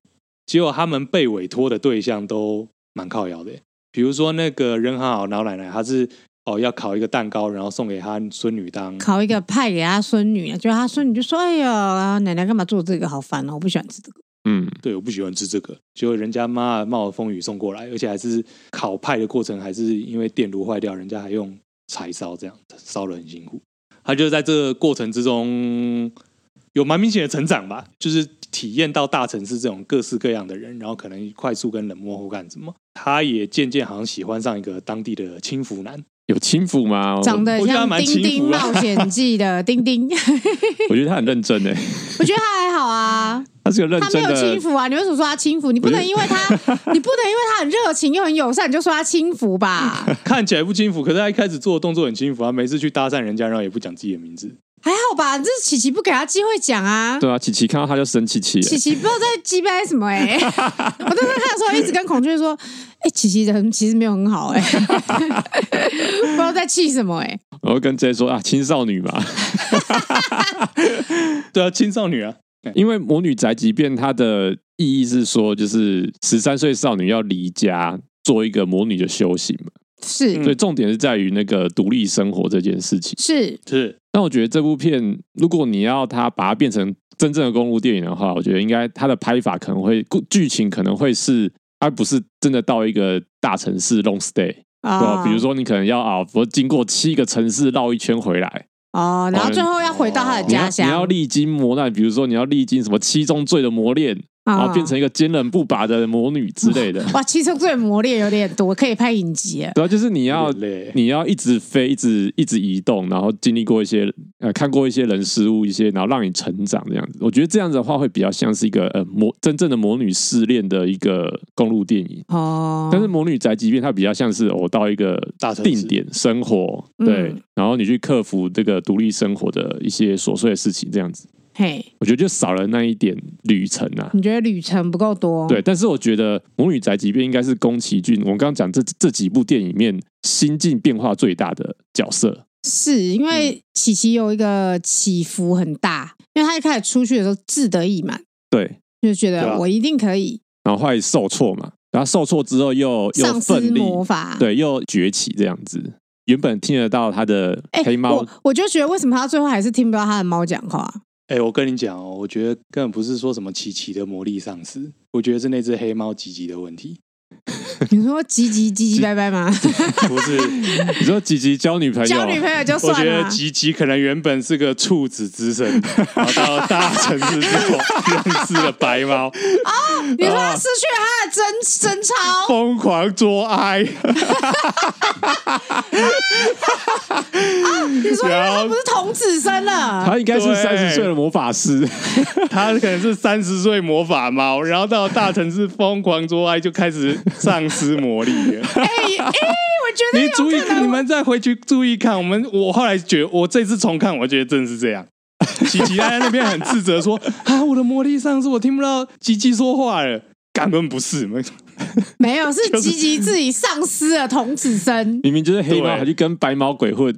A: 结果他们被委托的对象都蛮靠摇的耶，比如说那个人很好的老奶奶，她是。哦，要烤一个蛋糕，然后送给她孙女当
C: 烤一个派给他孙女，就他孙女就说：“哎呀，奶奶干嘛做这个？好烦哦，我不喜欢吃这个。
B: 嗯，
A: 对，我不喜欢吃这个。结果人家妈的冒着风雨送过来，而且还是烤派的过程，还是因为电炉坏掉，人家还用柴烧，这样烧的很辛苦。他就在这个过程之中有蛮明显的成长吧，就是体验到大城市这种各式各样的人，然后可能快速跟冷漠或干什么。他也渐渐好像喜欢上一个当地的轻浮男，
B: 有轻浮吗？”
C: 长得
A: 我觉得他
C: 像《
A: 蛮
C: 丁丁
A: 轻浮啊
C: 冒险记》的 丁丁，
B: 我觉得他很认真诶，
C: 我觉得他还好啊，
B: 他是个认
C: 他
B: 真
C: 没有轻
B: 的。
C: 浮啊。你为什么说他轻浮？你不能因为他， 你不能因为他很热情又很友善，你就说他轻 浮吧？
A: 看起来不轻浮，可是他一开始做的动作很轻浮，他啊每次去搭讪人家，然后也不讲自己的名字。
C: 还好吧，这琪琪不给他机会讲啊。
B: 对啊，琪琪看到他就生气气耶，
C: 琪琪不知道在鸡掰什么 哎、我当时看的时候一直跟孔雀说：“哎、琪琪人其实没有很好 哎、不知道在气什么哎、
B: 我会跟 J 说啊，青少女嘛，
A: 对啊，青少女啊，
B: 因为《魔女宅急便》它的意义是说，就是十三岁少女要离家做一个魔女的修行嘛，
C: 是、
A: 嗯
B: 所以重点是在于那个独立生活这件事情。
C: 是，
A: 是
B: 但我觉得这部片，如果你要它把它变成真正的公路电影的话，我觉得应该它的拍法可能会故剧情可能会是，而不是真的到一个大城市 long stay，对
C: 啊
B: 吧？比如说你可能要啊，我经过七个城市绕一圈回来，
C: 哦，然后最后要回到他的
A: 哦
B: 你要
C: 家乡，
B: 你要历经磨难，比如说你要历经什么七宗罪的磨练，然
C: 啊
B: 后哦变成一个坚韧不拔的魔女之类的，
C: 哇，七宗罪磨练有点多，可以拍影集耶。
B: 对啊，就是你要
A: 有点累
B: 你要一直飞，一直一直移动，然后经历过一些呃，看过一些人事物，一些然后让你成长这样子。我觉得这样子的话，会比较像是一个呃魔真正的魔女试炼的一个公路电影。
C: 哦，
B: 但是《魔女宅急便》它比较像是我、到一个
A: 大城市
B: 定点生活，
C: 嗯
B: 对，然后你去克服这个独立生活的一些琐碎的事情，这样子，
C: 嘿，
B: 我觉得就少了那一点旅程啊。
C: 你觉得旅程不够多？
B: 对，但是我觉得《魔女宅急便》应该是宫崎骏，我们刚刚讲这这几部电影里面心境变化最大的角色。
C: 是因为琪琪有一个起伏很大，因为他一开始出去的时候志得意满，
B: 对，
C: 就觉
A: 对
C: 得
A: 啊
C: 我一定可以
B: 然后后来受挫嘛，然后受挫之后又又
C: 丧失
B: 奋力，
C: 魔法。
B: 对，又崛起这样子。原本听得到他的
C: 哎，
B: 黑猫，
C: 我我就觉得为什么他最后还是听不到他的猫讲话？
A: 哎、我跟你讲哦，我觉得根本不是说什么琪琪的魔力丧失，我觉得是那只黑猫吉吉的问题，
C: 你说急急急急拜拜吗？
A: 不是？
B: 你说吉吉交女朋友
C: 交，女朋友就
A: 我觉
C: 算啊
A: 得
C: 了。
A: 吉吉可能原本是个处子之身，然后到大城市之后认识了白猫，
C: 你说他失去了他的贞贞操，
A: 疯狂做爱，
C: 你说因为他不是童子身了？
B: 他应该是
A: 对
B: 三十岁的魔法师，
A: 他可能是三十岁魔法猫，然后到大城市疯狂做爱就开始丧失魔力了。
C: 哎哎，啊我觉得
A: 你注意，你们再回去注意看。我们我后来觉得，我这次重看，我觉得真的是这样。 琪琪他在那边很自责说：“ 啊，我的魔力丧失，我听不到吉吉说话了。”根本不是，
C: 没有，是吉吉自己丧失了童 子身，
B: 明明就是黑猫，
A: 对
B: 还去跟白毛鬼混，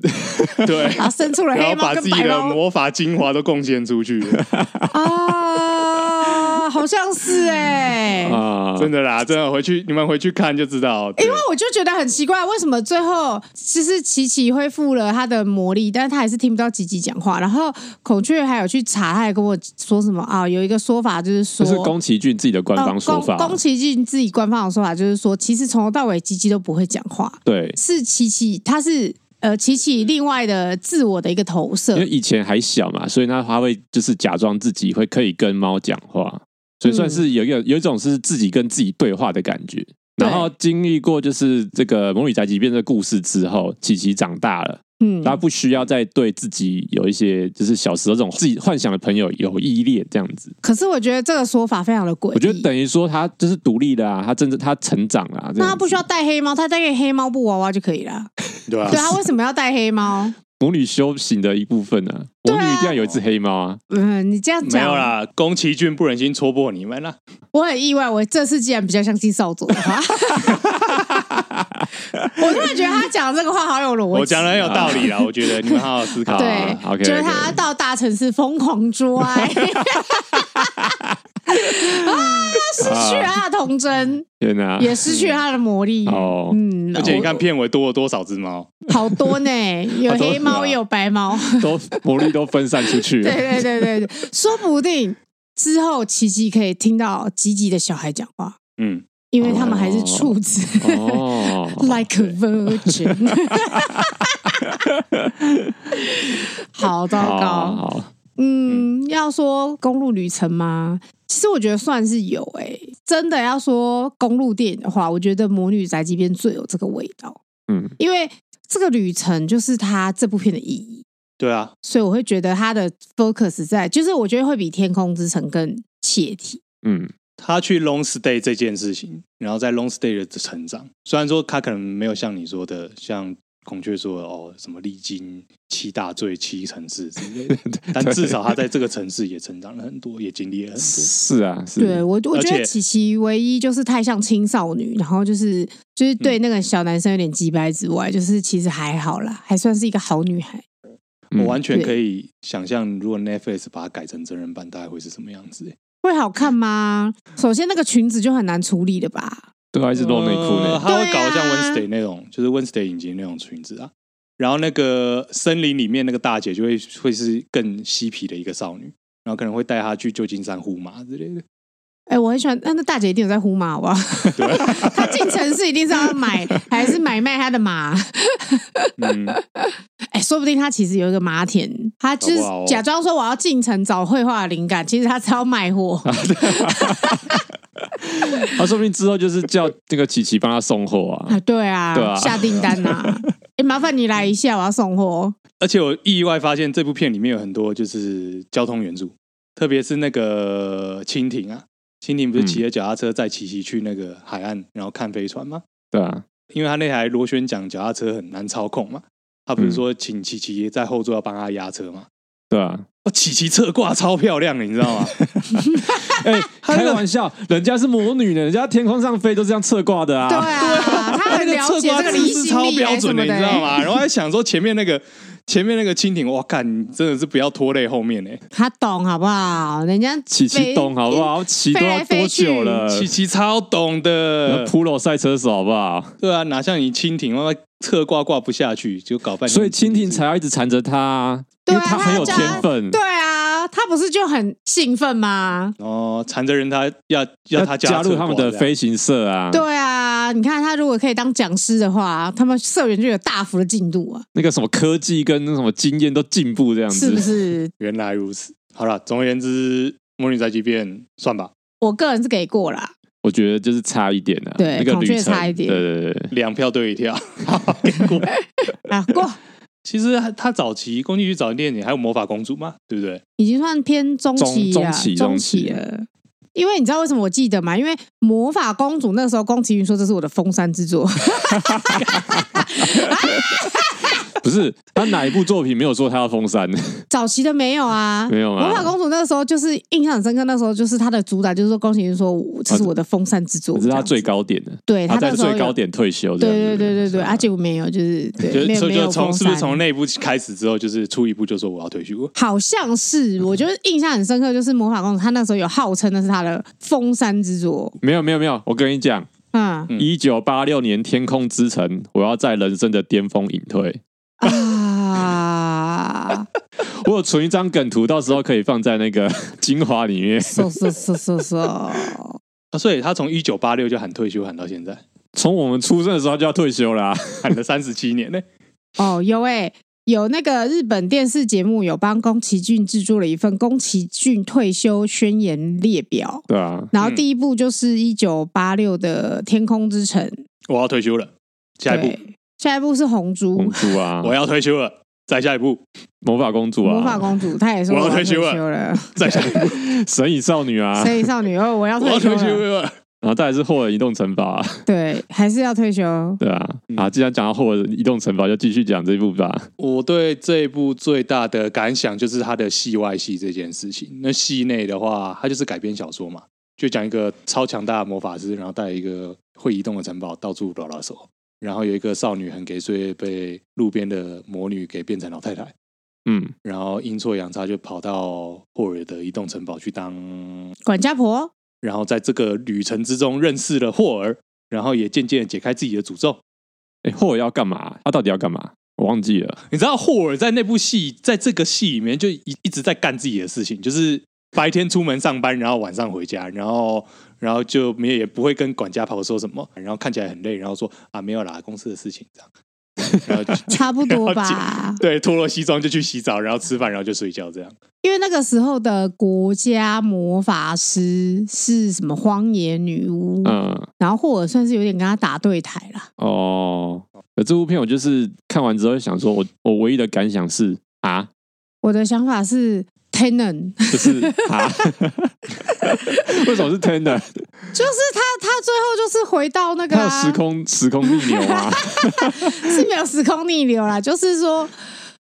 A: 对，
C: 然后啊生出了
A: 然
C: 黑
A: 后
C: 猫
A: 把自己
C: 跟白
A: 的
C: 猫
A: 魔法精华都贡献出去了，
C: 啊，好像是哎。
B: 啊，
A: 真的啦，真的回去你们回去看就知道。对
C: 因为我就觉得很奇怪，为什么最后其实琪琪恢复了他的魔力，但是他还是听不到吉吉讲话。然后孔雀还有去查，他还跟我说什么啊？有一个说法就是
B: 这
C: 说，
B: 是宫崎骏自己的官
C: 呃
B: 方说法
C: 宫。宫崎骏自己官方的说法就是说，其实从头到尾吉吉都不会讲话，
B: 对，
C: 是琪琪，他是呃琪琪另外的自我的一个投射
B: 因为。以前还小嘛，所以呢，他会就是假装自己会可以跟猫讲话，所以算是有一个有一种是自己跟自己对话的感觉。
C: 嗯对
B: 然后经历过就是这个《魔女宅急便》的故事之后，琪琪长大了，
C: 嗯，
B: 他不需要再对自己有一些就是小时候这种自己幻想的朋友有依恋这样子。
C: 可是我觉得这个说法非常的诡异。
B: 我觉得等于说他就是独立的啊，他真正他成长了、啊。这样
C: 那他不需要戴黑猫，他戴个黑猫布娃娃就可以了。
B: 啊
A: 对啊吧
C: 对？啊他为什么要戴黑猫？
B: 母女修行的一部分啊，母
C: 对啊
B: 女一定要有一只黑猫啊。
C: 嗯，你这样
A: 没
C: 讲
A: 有，啦，宫崎骏不忍心戳破你们啦。
C: 我很意外。我这次竟然比较相信少佐的 话，我突然觉得他讲的这个话好有逻辑。
A: 我讲的很有道理啦，我觉得你们好好思考。
C: 对
B: 啊，，OK，OK
C: 就是他到大城市疯狂做爱， 啊，失去了他的童真，
B: 天哪、
C: 也失去了他的魔力。
B: 啊哦
C: 嗯，
A: 而且你看
C: 我，
A: 片尾多了多少只猫，
C: 好多呢，有
B: 好多
C: 黑猫
B: 是啊
C: 也有白猫，
B: 都魔力都分散出去了。
C: 对对对 对对，说不定之后琪琪可以听到吉吉的小孩讲话，
A: 嗯，
C: 因为他们还是处子。
B: 哦
C: Like a virgin，好糟
B: 好
C: 糕。
B: 好
C: 嗯，要说公路旅程吗？其实我觉得算是有诶、真的要说公路电影的话，我觉得《魔女宅急便》最有这个味道，
B: 嗯，
C: 因为这个旅程就是它这部片的意义，
A: 对啊，
C: 所以我会觉得它的 focus 在，就是我觉得会比《天空之城》更切题。
B: 嗯，
A: 他去 long stay 这件事情，然后在 long stay 的成长，虽然说他可能没有像你说的，像孔雀说的哦，什么历经七大罪、七城市之类的，但至少他在这个城市也成长了很多，也经历了很多。
B: 是啊，是
C: 对我，我
A: 而
C: 觉得
A: 且
C: 琪琪唯一就是太像青少女，然后就是就是
A: 嗯
C: 对那个小男生有点鸡掰之外，就是其实还好啦，还算是一个好女孩。
B: 嗯
A: 我完全可以想象，如果 Netflix 把它改成真人版，大概会是什么样子、欸？
C: 会好看吗？首先那个裙子就很难处理的吧。
B: 对啊，一直露内裤
A: 呃
B: 呢。
A: 他会搞
C: 对
A: 像
C: 啊
A: Wednesday 那种，就是 Wednesday 影集那种裙子啊。然后那个森林里面那个大姐就会会是更嬉皮的一个少女，然后可能会带她去旧金山护马之类的。
C: 哎、我很喜欢，那那大姐一定有在呼马，好不 好？她进城市一定是要买，还是买卖她的马？
A: 嗯，
C: 哎、说不定她其实有一个马田，她就是
A: 搞不好哦
C: 假装说我要进城找绘画的灵感，其实她是要卖 货。
B: 他说不定之后就是叫那个琪琪帮他送货啊
C: 啊，。对啊，
B: 对啊
C: 下订单 呐、啊。哎、麻烦你来一下，我要送货。
A: 而且我意外发现这部片里面有很多就是交通援助，特别是那个蜻蜓啊，蜻蜓不是骑着脚踏车载琪琪去那个海岸，然后看飞船吗？
B: 对啊，
A: 因为他那台螺旋桨脚踏车很难操控嘛，他不是说请琪琪在后座要帮他压车吗？
B: 对啊。
A: 哦，琪琪侧挂超漂亮的，你知道 吗？
B: 哎，
A: 那
B: 开
A: 个
B: 个玩笑，人家是魔女呢，人家天空上飞都这样侧挂的
C: 对
B: 啊。
C: 啊，她
A: 他那
C: 很
A: 个
C: 了
A: 侧
C: 解
A: 挂
C: 这个
A: 姿
C: 离
A: 势
C: 心
A: 超
C: 力、欸、
A: 标
C: 什
A: 准
C: 么
A: 哎的，你
C: 的、
A: 知道吗？然后还想说前面那个前面那个蜻蜓，哇，干，你真的是不要拖累后面呢、欸
C: 他懂好不好？人家
B: 琪琪
C: 飞
B: 懂好不好？骑都要多久了？
A: 琪琪超懂的，
B: Pro 呃赛车手好不好？
A: 呃对啊，哪像你蜻蜓，妈妈侧挂挂不下去，就搞半天。
B: 所以蜻蜓才要一直缠着他啊，因为
C: 对啊
B: 他很有
C: 他要
B: 天分。
C: 对啊，他不是就很兴奋吗？
A: 哦，缠着人他要要他
B: 加入他们的
A: 飞，
B: 飞行社啊。
C: 对啊，你看他如果可以当讲师的话，他们社员就有大幅的进度啊，
B: 那个什么科技跟那什么经验都进步这样
C: 是不
B: 子。
C: 是？
A: 原来如此。好了，总而言之，《魔女宅急便》算吧，
C: 我个人是给过啦，
B: 我觉得就是差一点啊，
C: 对
B: 那个
C: 孔雀
B: 旅程
C: 差一点
B: 对对对，
A: 两票对一票。好给过
C: 啊，过
A: 其实他他早期宫崎骏早期电影还有《魔法公主》嘛，对不对？
C: 已经算偏中期
B: 中
C: 了，
B: 中期
C: 中
B: 中期
C: 期了。因为你知道为什么我记得吗？因为魔法公主那时候宫崎骏说这是我的封山之作，
B: 不是他哪一部作品没有说他要封山？
C: 早期的没有啊，
B: 没有吗
C: 魔法公主那时候就是印象很深刻，那时候就是她的主打就是说宫崎骏说这是我的封山之作，
B: 我知道他
C: 这样子
B: 最高点的，
C: 对
B: 他
C: 那
B: 在
C: 时候
B: 最
C: 有
B: 高点退休这样
C: 对对
B: 子。
C: 对对对，啊，结果没有，就是
A: 就
C: 对，没
A: 是
C: 有
A: 所以
C: 没有
A: 就从
C: 封
A: 是不是
C: 山
A: 从那一部开始之后，就是出一部就说我要退休？
C: 好像
A: 嗯
C: 是，我觉得印象很深刻，就是魔法公主，她那时候有号称那是她的封山之作，
B: 没有没有没有，我跟你讲，
C: 嗯
A: 嗯
B: 一九八六年《天空之城》，我要在人生的巅峰隐退。
A: 嗯
C: 啊，
B: 我有存一张梗图，到时候可以放在那个 精华里面。
C: 嗖嗖嗖嗖嗖，
A: 啊，所以他从一九八六就喊退休，喊到现在，
B: 从我们出生的时候就要退休啦、
A: 喊了三十七年呢、
C: 哦，有哎、有那个日本电视节目有帮宫崎骏制作了一份宫崎骏退休宣言列表，
B: 对啊，
C: 然后
A: 嗯
C: 第一部就是一九八六的《天空之城》，
A: 我要退休了，下一步
C: 对，下一部是红猪。
B: 公主啊，
A: 我要退休了，再下一步，
B: 魔法公主啊，
C: 魔法公主，她也说
A: 我要
C: 退
A: 退休了
C: 了。
A: 再下一步，
B: 神隐少女啊，
C: 所以少女二，哦我要
A: 我要
C: 退休
A: 退休
C: 了。
A: 了。
B: 然后再来是霍尔移动城堡、啊，
C: 对，还是要退休。
B: 对啊，
C: 嗯
B: 啊，既然讲到霍尔移动城堡，就继续讲这部吧。
A: 我对这一部最大的感想就是它的戏外戏这件事情。那戏内的话，它就是改编小说嘛，就讲一个超强大的魔法师，然后带一个会移动的城堡到处拉拉手，然后有一个少女很给岁被路边的魔女给变成老太太，
B: 嗯，
A: 然后阴错阳差就跑到霍尔的移动城堡去当，
C: 管家婆，
A: 然后在这个旅程之中认识了霍尔，然后也渐渐地解开自己的诅咒。
B: 哎，霍尔要干嘛？他到底要干嘛？我忘记了。
A: 你知道霍尔在那部戏，在这个戏里面就一一直在干自己的事情，就是白天出门上班，然后晚上回家，然后然后就没有也不会跟管家婆说什么，然后看起来很累，然后说啊没有啦，公司的事情这样， 然后就
C: 差不多
A: 了
C: 吧。
A: 对脱落西装就去洗澡，然后吃饭，然后就睡觉这样。
C: 因为那个时候的国家魔法师是什么荒野女巫，
B: 嗯，
C: 然后霍尔算是有点跟他打对台啦。
B: 哦，可这部片我就是看完之后想说我，我唯一的感想是啊，
C: 我的想法是 Tenant，
B: 就是啊， 为什么是
C: 啊
B: Tender？
C: 就是他他最后就是回到那个、
B: 他
C: 啊、
B: 有时空时空逆流 啊，
C: 是没有时空逆流啦，就是说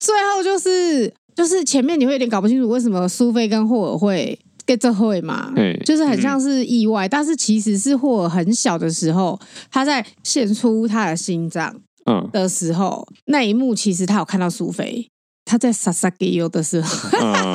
C: 最后就是就是前面你会有点搞不清楚为什么苏菲跟霍尔会 get 这会嘛
B: 嘿，
C: 就是
A: 嗯
C: 很像是意外，但是其实是霍尔很小的时候，他在献出他的心脏
B: 嗯
C: 的时候，那一幕其实他有看到苏菲。他在萨萨给尤的时候，
B: 嗯，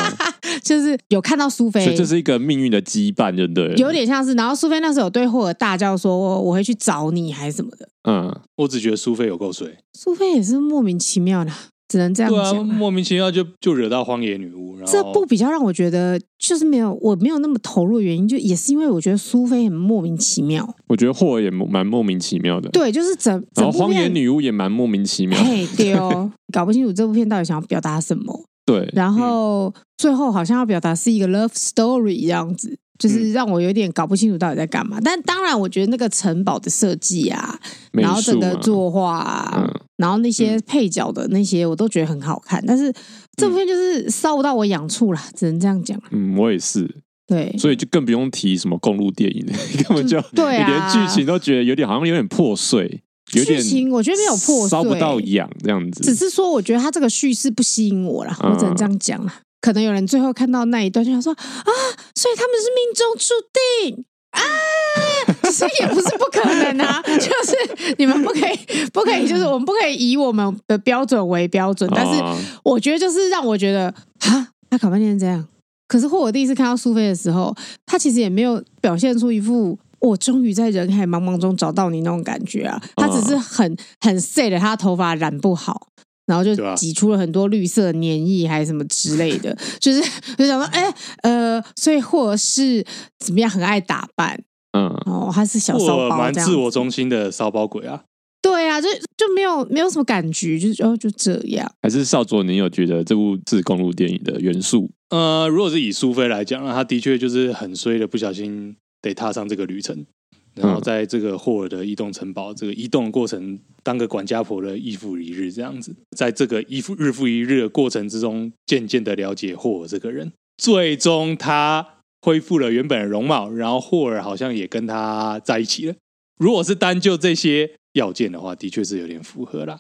C: 就是有看到苏
B: 所
C: 菲
B: 以，这是一个命运的羁绊，就对了。
C: 有点像是。然后苏菲那时候有对霍尔大叫说：“我会去找你，还是什么的。
B: 嗯，
A: 我只觉得苏菲有够水，”
C: 苏菲也是莫名其妙啦，只能这样
A: 对啊，
C: 讲。
A: 莫名其妙就就惹到荒野女巫，然后
C: 这部比较让我觉得就是没有我没有那么投入的原因，就也是因为我觉得苏菲很莫名其妙。
B: 我觉得霍尔也蛮莫名其妙的，
C: 对，就是整
B: 然
C: 整
B: 后
C: 部
B: 哦荒野
C: 片，
B: 女巫也蛮莫名其妙，
C: 嘿，对 哦，搞不清楚这部片到底想要表达什么。
B: 对，
C: 然后、最后好像要表达是一个 love story 这样子，
B: 嗯
C: 就是让我有点搞不清楚到底在干嘛。但当然，我觉得那个城堡的设计啊，
B: 美
C: 然后整
B: 术
C: 个
B: 嘛，
C: 作画啊，
B: 嗯
C: 然后那些配角的那些我都觉得很好看。但是这部片就是烧到我痒处啦，只能这样讲啦。
B: 嗯，我也是，
C: 对，
B: 所以就更不用提什么公路电影， 根本就
C: 对
B: 你连
C: 啊
B: 剧情都觉得有点好像有点破碎，有点
C: 剧情我觉得没有破碎，
B: 烧不到痒这样
C: 只
B: 子。
C: 是说我觉得他这个叙事不吸引我啦，
B: 嗯
C: 我只能这样讲啦。可能有人最后看到那一段就想说啊，所以他们是命中注定。啊， 其实也不是不可能 啊，就是你们不可以，不可以，就是我们不可以以我们的标准为标准，但是
B: 啊
C: 我觉得就是让我觉得啊，他搞半天是这样。可是霍尔第一次看到苏菲的时候，他其实也没有表现出一副我终于在人海茫茫中找到你那种感觉啊，
B: 嗯
C: 他只是很很 sad，的他头发染不好。然后就
A: 对啊
C: 挤出了很多绿色粘液，还是什么之类 的，就是就想说，哎、呃，所以霍尔是怎么样，很爱打扮
B: 嗯，
C: 哦，他是小
A: 霍
C: 骚
A: 尔
C: 包
A: 蛮
C: 这样
A: 自
C: 子，
A: 我中心的骚包鬼啊，
C: 对啊，就就没有没有什么感觉，就是哦就这样，
B: 还是少佐，你有觉得这部是公路电影的元素？
A: 呃，如果是以苏菲来讲，那她的确就是很衰的，不小心得踏上这个旅程。然后在这个霍尔的移动城堡，这个移动的过程，当个管家婆的一复一日这样子，在这个一复日复一日的过程之中，渐渐的了解霍尔这个人。最终，他恢复了原本的容貌，然后霍尔好像也跟他在一起了。如果是单就这些要件的话，的确是有点符合啦，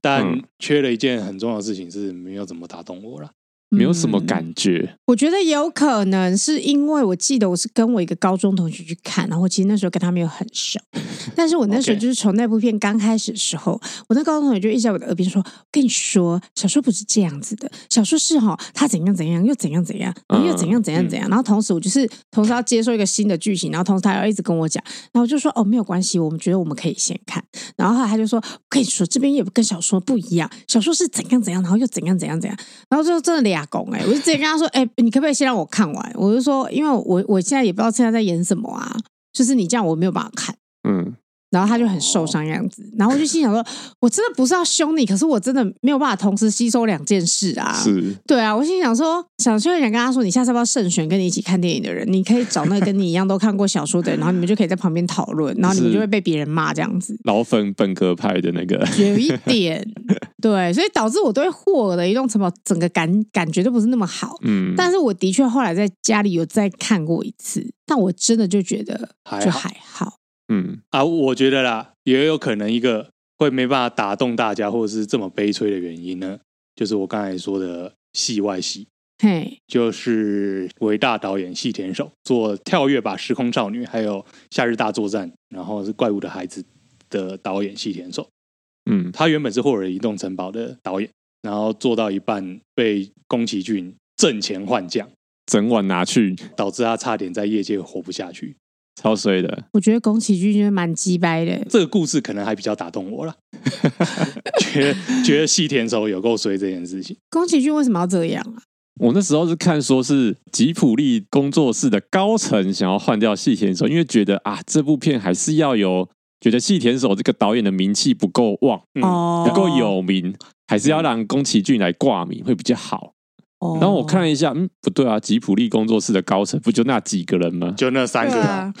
A: 但
B: 嗯
A: 缺了一件很重要的事情，是没有怎么打动我啦。
B: 没有什么
C: 嗯
B: 感觉，
C: 我觉得有可能是因为我记得我是跟我一个高中同学去看，然后我其实那时候跟他没有很熟，但是我那时候
A: OK
C: 就是从那部片刚开始的时候，我那高中同学就一直在我的耳边说：“我跟你说，小说不是这样子的，小说是哈、他怎样怎样，又怎样怎样，然后又怎样怎样怎样。然后同时我就是同时要接受一个新的剧情，然后同时他要一直跟我讲，然后我就说：“哦，没有关系，我们觉得我们可以先看。”然后后来他就说：“我跟你说，这边也跟小说不一样，小说是怎样怎样，然后又怎样怎样怎样。”然后就真的俩拱哎，我就直接跟他说，哎、你可不可以先让我看完？我就说，因为我我现在也不知道现在在演什么啊，就是你这样我没有办法看。
B: 嗯，
C: 然后他就很受伤样子。然后我就心想说，我真的不是要凶你，可是我真的没有办法同时吸收两件事啊。
B: 是
C: 对啊，我心想说，想就很想跟他说，你下次要不要慎选跟你一起看电影的人？你可以找那个跟你一样都看过小说的人，然后你们就可以在旁边讨论，然后你们
B: 是
C: 就会被别人骂这样子。
B: 老粉本格派的那个，
C: 有一点，对，所以导致我对霍尔的移动城堡整个感感觉都不是那么好。
B: 嗯，
C: 但是我的确后来在家里有再看过一次，但我真的就觉得
A: 还
C: 就
A: 好
C: 还好。
B: 嗯，
A: 啊，我觉得啦，也有可能一个会没办法打动大家，或者是这么悲催的原因呢，就是我刚才说的戏外戏，
C: 嘿，
A: 就是伟大导演细田守做《跳跃吧时空少女》，还有《夏日大作战》，然后是《怪物的孩子》的导演细田守。
B: 嗯，
A: 他原本是《霍尔移动城堡》的导演，然后做到一半被宫崎骏挣钱换将，
B: 整晚拿去，
A: 导致他差点在业界活不下去。
B: 超衰的。
C: 我觉得宫崎骏就是蛮鸡掰的，
A: 这个故事可能还比较打动我啦， 觉得觉得细田守有够衰这件事情。
C: 宫崎骏为什么要这样啊？
B: 我那时候是看说是吉普力工作室的高层想要换掉细田守，因为觉得啊这部片还是要有，觉得细田守这个导演的名气不够旺，
A: 嗯
C: 哦，
B: 不够有名，还是要让宫崎骏来挂名会比较好。
C: 哦。
B: 然后我看了一下，嗯，不对啊，吉普力工作室的高层不就那几个人吗？
A: 就那三个
C: 对
A: 啊，
C: 啊，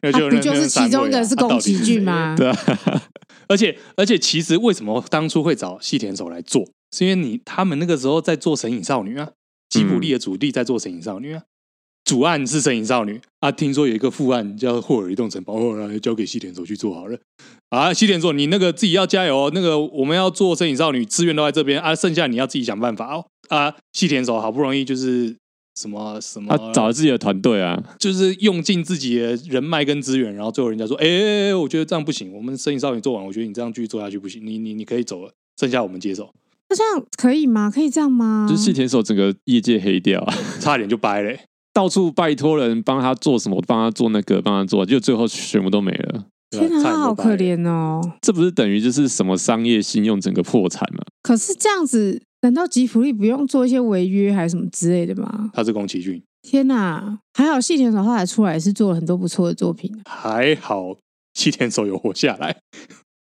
A: 那
C: 他
A: 就
C: 啊不
A: 那啊
C: 就是
B: 啊
C: 其中一个是宫崎骏？
A: 那三位啊啊到底是谁
C: 吗？
B: 对啊，
A: 而且而且，其实为什么当初会找细田守来做，是因为你他们那个时候在做《神隐少女》啊，吉卜力的主力在做《神隐少女》啊，主案是《神隐少女》啊，听说有一个副案叫《霍尔移动城堡》，后来交给细田守去做好了。啊，西田守，你那个自己要加油哦，那个我们要做《身影少女》，资源都在这边啊，剩下你要自己想办法哦。啊，西田守好不容易就是什么什么，
B: 他啊找了自己的团队
C: 嗯
B: 啊，
A: 就是用尽自己的人脉跟资源，然后最后人家说：“哎、哎哎我觉得这样不行，我们《身影少女》做完，我觉得你这样继续做下去不行，你你你可以走了，剩下我们接手。
C: 那这样可以吗？可以这样吗？
B: 就是细田守整个业界黑掉啊，”
A: 差点就掰嘞、
B: 到处拜托人帮他做什么，帮他做那个，帮他做，就最后全部都没了。
A: 对吧
C: 天
A: 差点
C: 哪，他
A: 就
C: 好
A: 掰
C: 可
A: 了
C: 怜哦。
B: 这不是等于就是什么商业信用整个破产吗？
C: 可是这样子，难道吉普力不用做一些违约还是什么之类的吗？
A: 他是宫崎骏，
C: 天哪，还好细田守后来出来是做了很多不错的作品啊
A: 还好西田守有活下来。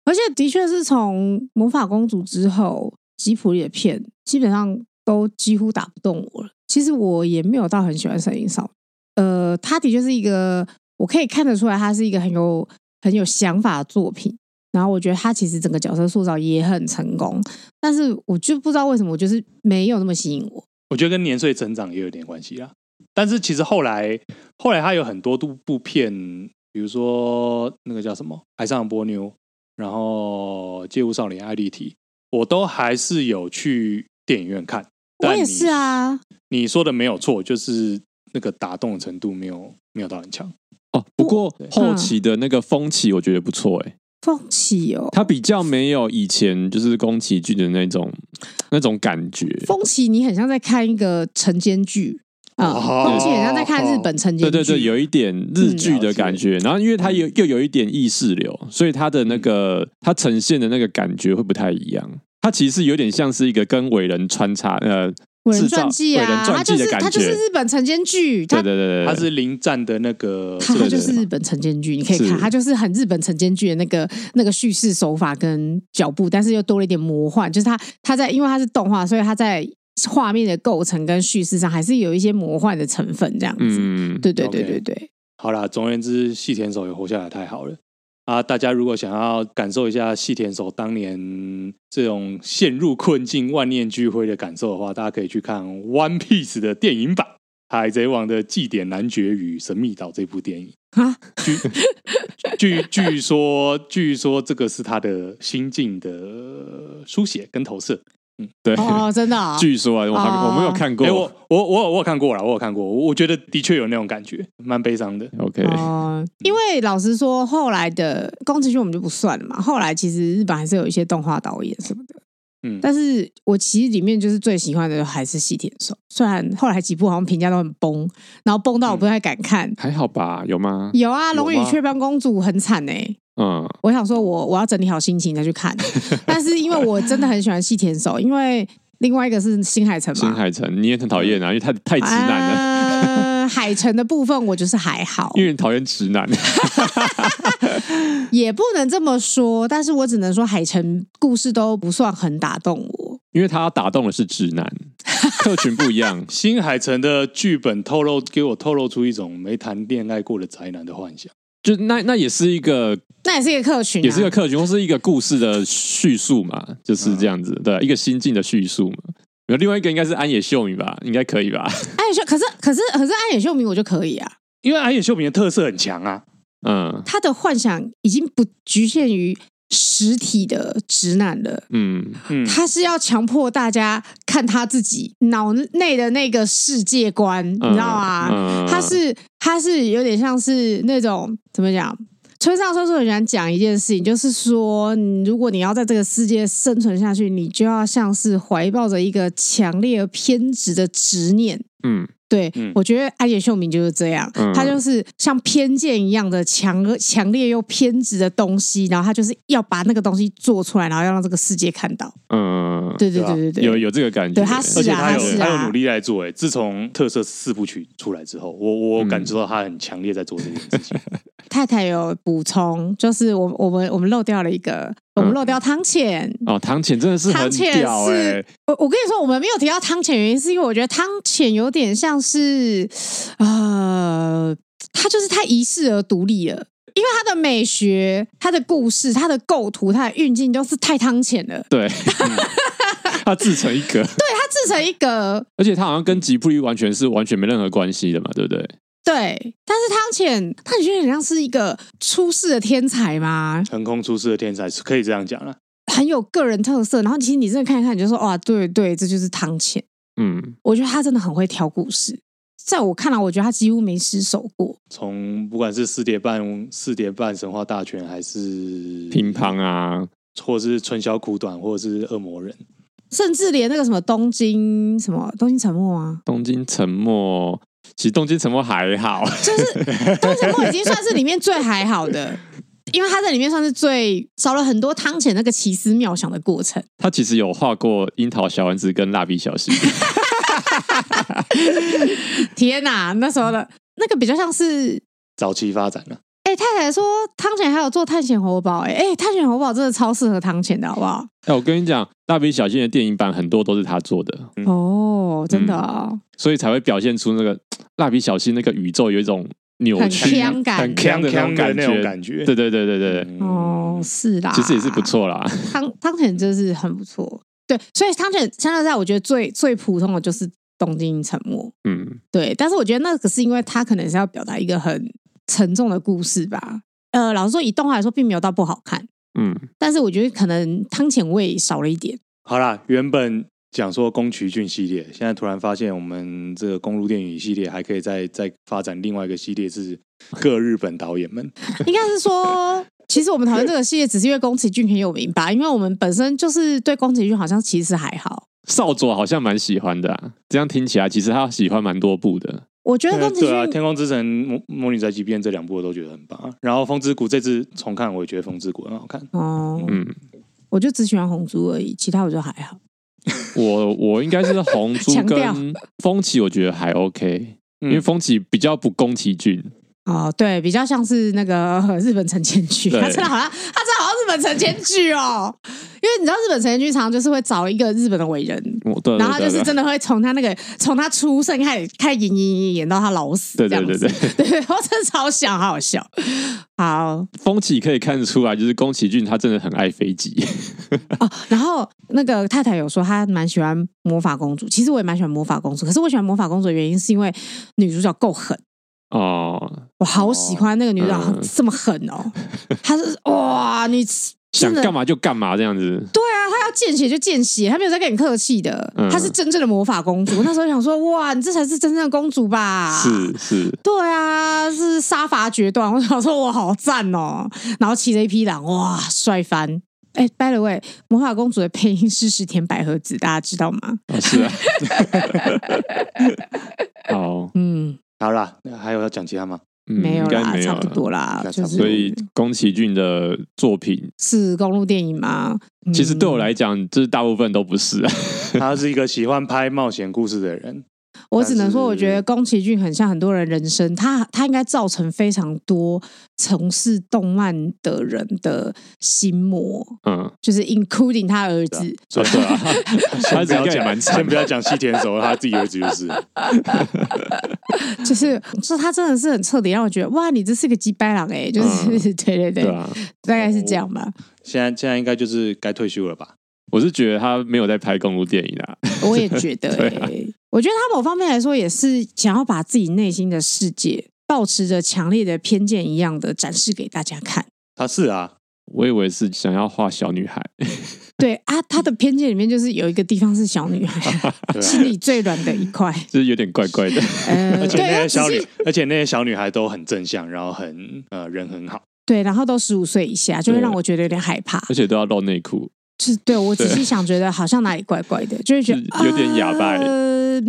C: 而且的确是从《魔法公主》之后，吉普力的片基本上都几乎打不动我了。其实我也没有到很喜欢《神隐少女》，呃，它的确是一个我可以看得出来，它是一个很有很有想法的作品。然后我觉得它其实整个角色塑造也很成功，但是我就不知道为什么，我就是没有那么吸引我。
A: 我觉得跟年岁成长也有点关系啦。但是其实后来，后来他有很多部部片，比如说那个叫什么《爱上波妞》，然后《街舞少年艾丽缇》，我都还是有去电影院看。
C: 我
A: 但
C: 也
A: 你
C: 是，啊，
A: 你说的没有错，就是那个打动的程度没有没有到很强。
B: 哦，不过
A: 对
C: 嗯
B: 后期的那个风起，我觉得不错哎、
C: 风起哦，
B: 它比较没有以前就是宫崎骏的那种那种感觉。
C: 风起你很像在看一个晨间剧啊，
A: 哦
C: 风起很像在看日本晨间
B: 对
C: 剧，嗯
B: 对对，有一点日剧的感觉，然后因为它有又有一点意识流，所以它的那
C: 嗯
B: 个它呈现的那个感觉会不太一样。它其实有点像是一个跟伟人穿插，呃，
C: 伟人
B: 制造
C: 传记啊，
B: 伟人传记的感
C: 它就是它就是
B: 觉
C: 日本晨间剧，
B: 对
C: 它
B: 对对对，
A: 他是临战的那个，
C: 它
A: 这
C: 它
A: 个
C: 就是日本晨间剧，你可以看，
B: 是
C: 它就是很日本晨间剧的那个那个叙事手法跟脚步，但是又多了一点魔幻，就是它它在因为它是动画，所以它在画面的构成跟叙事上还是有一些魔幻的成分，这样子。
B: 嗯，
C: 对对对
A: OK
C: 对对，
A: 好啦，总而言之，细田守也活下来太好了啊！大家如果想要感受一下细田守当年这种陷入困境、万念俱灰的感受的话，大家可以去看《One Piece》的电影版。《海贼王的祭典男爵与神秘岛》这部电影，
C: 啊，
A: 据据说，据说这个是他的心境的书写跟投射。
B: 对。
C: 哦，真的啊、
B: 据说啊，我还
C: 哦
B: 我没有看
A: 哎、
B: 过
A: 我我我我有看过了，我有看过，我我觉得的确有那种感觉，蛮悲伤的。
B: ，OK，
C: 哦，因为老实说，后来的宫崎骏我们就不算了嘛。后来其实日本还是有一些动画导演什么的，
A: 嗯，
C: 但是我其实里面就是最喜欢的还是细田守，虽然后来几部好像评价都很崩，然后崩到我不太敢看。
B: 还好吧？有吗？
C: 有啊，《
A: 有
C: 龙与
A: 吗。
C: 雀斑公主》很惨哎、
B: 嗯，
C: 我想说我我要整理好心情再去 看，但是因为我真的很喜欢细田守，因为另外一个是新海诚嘛，
B: 新海诚，你也很讨厌啊，因为太太直男了。
C: 啊海改成的部分，我就是还好，
B: 因为你讨厌直男，
C: 也不能这么说，但是我只能说海城故事都不算很打动我。
B: 因为他打动的是直男，客群不一 样
A: 新海诚的剧本透露给我透露出一种没谈恋爱过的宅男的幻想。
B: 就那那也是一个
C: 那也是一个客群、啊，
B: 也是一个客群或是一个故事的叙述嘛，就是
C: 嗯
B: 这样子，对，啊一个心境的叙述嘛。然后另外一个应该是安野秀明吧，应该可以吧？
C: 安野秀，可是可是可是安野秀明我就可以啊，
A: 因为安野秀明的特色很强啊，
B: 嗯
C: 他的幻想已经不局限于实体的直男了。
B: 嗯，
A: 嗯，
C: 他是要强迫大家看他自己脑内的那个世界观，你知道吗？
B: 嗯
C: 他是他是有点像是那种怎么讲？村上春树很喜欢讲一件事情，就是说，嗯如果你要在这个世界生存下去，你就要像是怀抱着一个强烈而偏执的执念。
B: 嗯
C: 对，
A: 嗯
C: 我觉得安野秀明就是这样，
B: 嗯
C: 他就是像偏见一样的强强烈又偏执的东西，然后他就是要把那个东西做出来，然后要让这个世界看到。
B: 嗯，
C: 对对
A: 对啊
C: 对对对，
B: 有有这个感觉，欸
C: 对他是啊
A: 而且他有
C: 是啊
A: 他有努力在做、欸。自从特色四部曲出来之后，我我
B: 嗯
A: 感受到他很强烈在做这件事 情。
C: 太太有补充，就是我我们我们漏掉了一个，我们漏掉汤浅。
B: 哦，唐浅真的是很
C: 汤浅
B: 屌哎、
C: 是，我我跟你说，我们没有提到汤浅，原因是因为我觉得汤浅有点像是，呃，他就是太遗世而独立了，因为他的美学、他的故事、他的构图、他的运镜都是太汤浅了，
B: 对，嗯他自成一格，
C: 他自成一格。
B: 而且他好像跟吉卜力完全是完全没任何关系的嘛，对不对？
C: 对，但是汤浅，他你觉得很像是一个出世的天才吗？
A: 横空出世的天才是可以这样讲了、
C: 很有个人特色，然后其实你真的看一看，你就说哇，对对，这就是汤浅。
B: 嗯，
C: 我觉得他真的很会挑故事，在我看来，我觉得他几乎没失手过。
A: 从不管是四叠半、四叠半神话大全，还是
B: 乒乓啊，
A: 或是春宵苦短，或者是恶魔人，
C: 甚至连那个什么东京什么东京沉默啊，
B: 东京沉默，其实东京沉默还好，
C: 就是东京沉默已经算是里面最还好的，因为他在里面算是最少了很多汤浅那个奇思妙想的过程。
B: 他其实有画过樱桃小丸子跟蜡笔小 新，
C: 天哪，那时候的那个比较像是，
A: 早期发展啊了、
C: 哎、太太说汤浅还有做探险活宝、诶哎、探险活宝真的超适合汤浅的，好不好？
B: 哎、我跟你讲，蜡笔小新的电影版很多都是他做的，
A: 嗯
C: 哦，真的哦，
B: 所以才会表现出那个蜡笔小新那个宇宙有一种扭曲、
C: 很呛感
B: 很呛的那种
A: 的
B: 感
A: 那
B: 觉。
A: 种感觉。
B: 对对对对对对，
A: 嗯
C: 哦，是啦，
B: 其实也是不错啦。
C: 汤汤浅真是很不错，对，所以汤浅相对在我觉得最最普通的就是东京沉默，
B: 嗯，
C: 对，但是我觉得那个是因为他可能是要表达一个很沉重的故事吧。呃，老实说，以动画来说，并没有到不好看，
B: 嗯，
C: 但是我觉得可能汤浅味少了一点。
A: 好啦，原本讲说宫崎骏系列，现在突然发现我们这个公路电影系列还可以再再发展另外一个系列，是各日本导演们。
C: 应该是说，其实我们讨论这个系列，只是因为宫崎骏很有名吧，因为我们本身就是对宫崎骏好像其实还好。
B: 少佐好像蛮喜欢的、啊，这样听起来其实他喜欢蛮多部的。
C: 我觉得宫崎
A: 对啊，《
C: 骏
A: 天空之城》魔《魔女宅急便》这两部我都觉得很棒啊。然后《风之谷》这次重看，我也觉得《风之谷》很好看。
C: 哦，
B: 嗯，
C: 我就只喜欢红猪而已，其他我就还好。
B: 我我应该 是红猪
C: 强调
B: 跟风起，我觉得还 OK，、
A: 嗯
B: 因为风起比较不宫崎骏，
C: 哦，对，比较像是那个呃日本陈千剧，
B: 对
C: 他真的好像他真的好像日本陈千剧哦，因为你知道日本陈千剧常常就是会找一个日本的伟人。
B: 我对对对对，
C: 然后他就是真的会从他那个从他出生开始开始演演演演到他老死，
B: 对对对对，
C: 对， 对我真的超想，好好笑。好
B: 风起可以看得出来，就是宫崎骏他真的很爱飞机。
C: 哦，然后那个太太有说她蛮喜欢魔法公主，其实我也蛮喜欢魔法公主，可是我喜欢魔法公主的原因是因为女主角够狠。
B: 哦，
C: 我好喜欢那个女主角、
B: 嗯
C: 这么狠 哦，她是哇，你
B: 想
C: 真的
B: 干嘛就干嘛这样子。
C: 对啊，她要见血就见血，她没有在跟你客气的，
B: 嗯
C: 她是真正的魔法公主。我那时候想说，哇，你这才是真正的公主吧？
B: 是是，
C: 对啊，是杀伐决断。我想说，我好赞哦！然后骑着一匹狼，哇，帅翻！哎、b y the way，魔法公主的配音是石田百合子，大家知道吗？
B: 哦是啊。 好，
C: 嗯，
A: 好啦，那还有要讲其他吗？
B: 嗯
C: 没有
B: 应该
C: 啦，
B: 没有
C: 差
B: 了
C: 不。多啦，嗯
A: 应该
C: 就
A: 差不
C: 是
A: 多
B: 所以宫崎骏的作品，
C: 是公路电影吗？嗯
B: 其实对我来讲，就是大部分都不是啊。
A: 他是一个喜欢拍冒险故事的人，
C: 我只能
A: 但
C: 说，
A: 是
C: 我觉得宫崎骏很像很多人人生，他他应该造成非常多从事动漫的人的心魔，
B: 嗯，
C: 就是 including 他儿子。
B: 所以对啊，他
A: 不
B: 应
A: 要
B: 该也蛮
A: 讲，
B: 惨
A: 先不
B: 的。
A: 要讲西田守，他自己儿子就是
C: 就是，这他真的是很彻底，让我觉得哇，你这是个鸡掰狼哎、就是、
B: 嗯
C: 对对对，
B: 对啊，
C: 大概是这样吧。
A: 现在现在应该就是该退休了吧？
B: 我是觉得他没有在拍公路电影啊。
C: 我也觉得、
B: 对
C: 欸，
B: 啊
C: 我觉得他某方面来说也是想要把自己内心的世界，保持着强烈的偏见一样的展示给大家看。
A: 他是啊，
B: 我以为是想要画小女孩，
C: 对啊，他的偏见里面就是有一个地方是小女孩，
A: 对
C: 心
A: 啊，
C: 里最软的一块。
B: 就是有点怪怪的。
C: 呃，
A: 而且那
C: 对，
A: 些
C: 只
A: 小女
C: 是，
A: 而且那些小女孩都很正向，然后很呃人很好，
C: 对，然后都十五岁以下，就会让我觉得有点害怕。
B: 而且都要露内裤，
C: 就是对我仔细
B: 对
C: 想，觉得好像哪里怪怪的，就会觉得
B: 是有点哑巴欸
C: 呃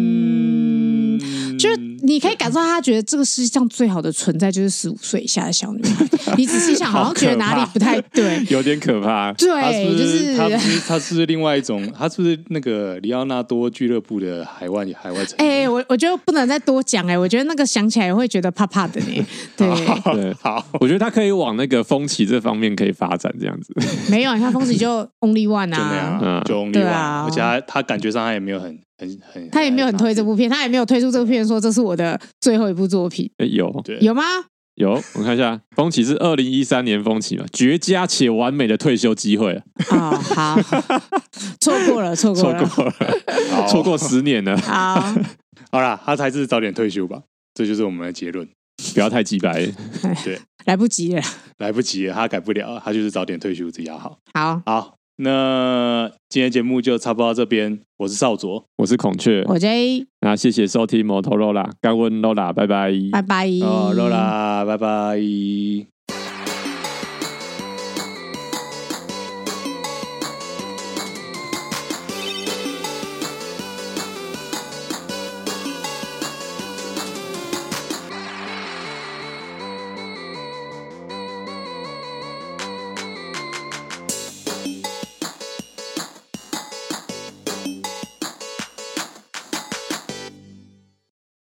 C: 嗯就是你可以感受到他觉得这个世界上最好的存在就是十五岁以下的小女孩。你仔细 想，好像觉得哪里不太对。
B: 有点可怕。
A: 他是
C: 对，
A: 不
C: 就是
A: 他不
C: 是，
A: 是他是不是另外一种？他是不是那个里奥纳多俱乐部的海外海外成
C: 哎、
A: 员？
C: 我我就不能再多讲哎、我觉得那个想起来会觉得怕怕的 呢。对，
A: 哦
B: 对
A: 好，
B: 我觉得他可以往那个风起这方面可以发展，这样子。
C: 没有，你看风子就 only one
A: 就那样
C: 啊，
A: 啊
B: 嗯，
A: 就 only
C: 对啊
A: one，而且他他感觉上他也没有很很很，
C: 他也没有很推这部片，他也没有推出这部片说这是我的最后一部作品，
B: 诶有
A: 对
C: 有吗？
B: 有，我看一下，风起是二零一三年风起嘛，绝佳且完美的退休机会，
C: 啊、好，错过了，错过
B: 错
C: 了，
B: 过了，
A: 好
B: 错过十年了，
C: 好，
A: 好啦，他才是早点退休吧，这就是我们的结论。
B: 不要太鸡白。
C: 来不及了，
A: 来不及了，他改不了，他就是早点退休比较好。
C: 好，
A: 好，那今天节目就差不多到这边，我是少佐，
B: 我是孔雀，
C: 我 J，
B: 那谢谢收听摩托罗拉，干温罗拉，拜拜。
C: 拜拜，
A: 哦，Lola，拜拜。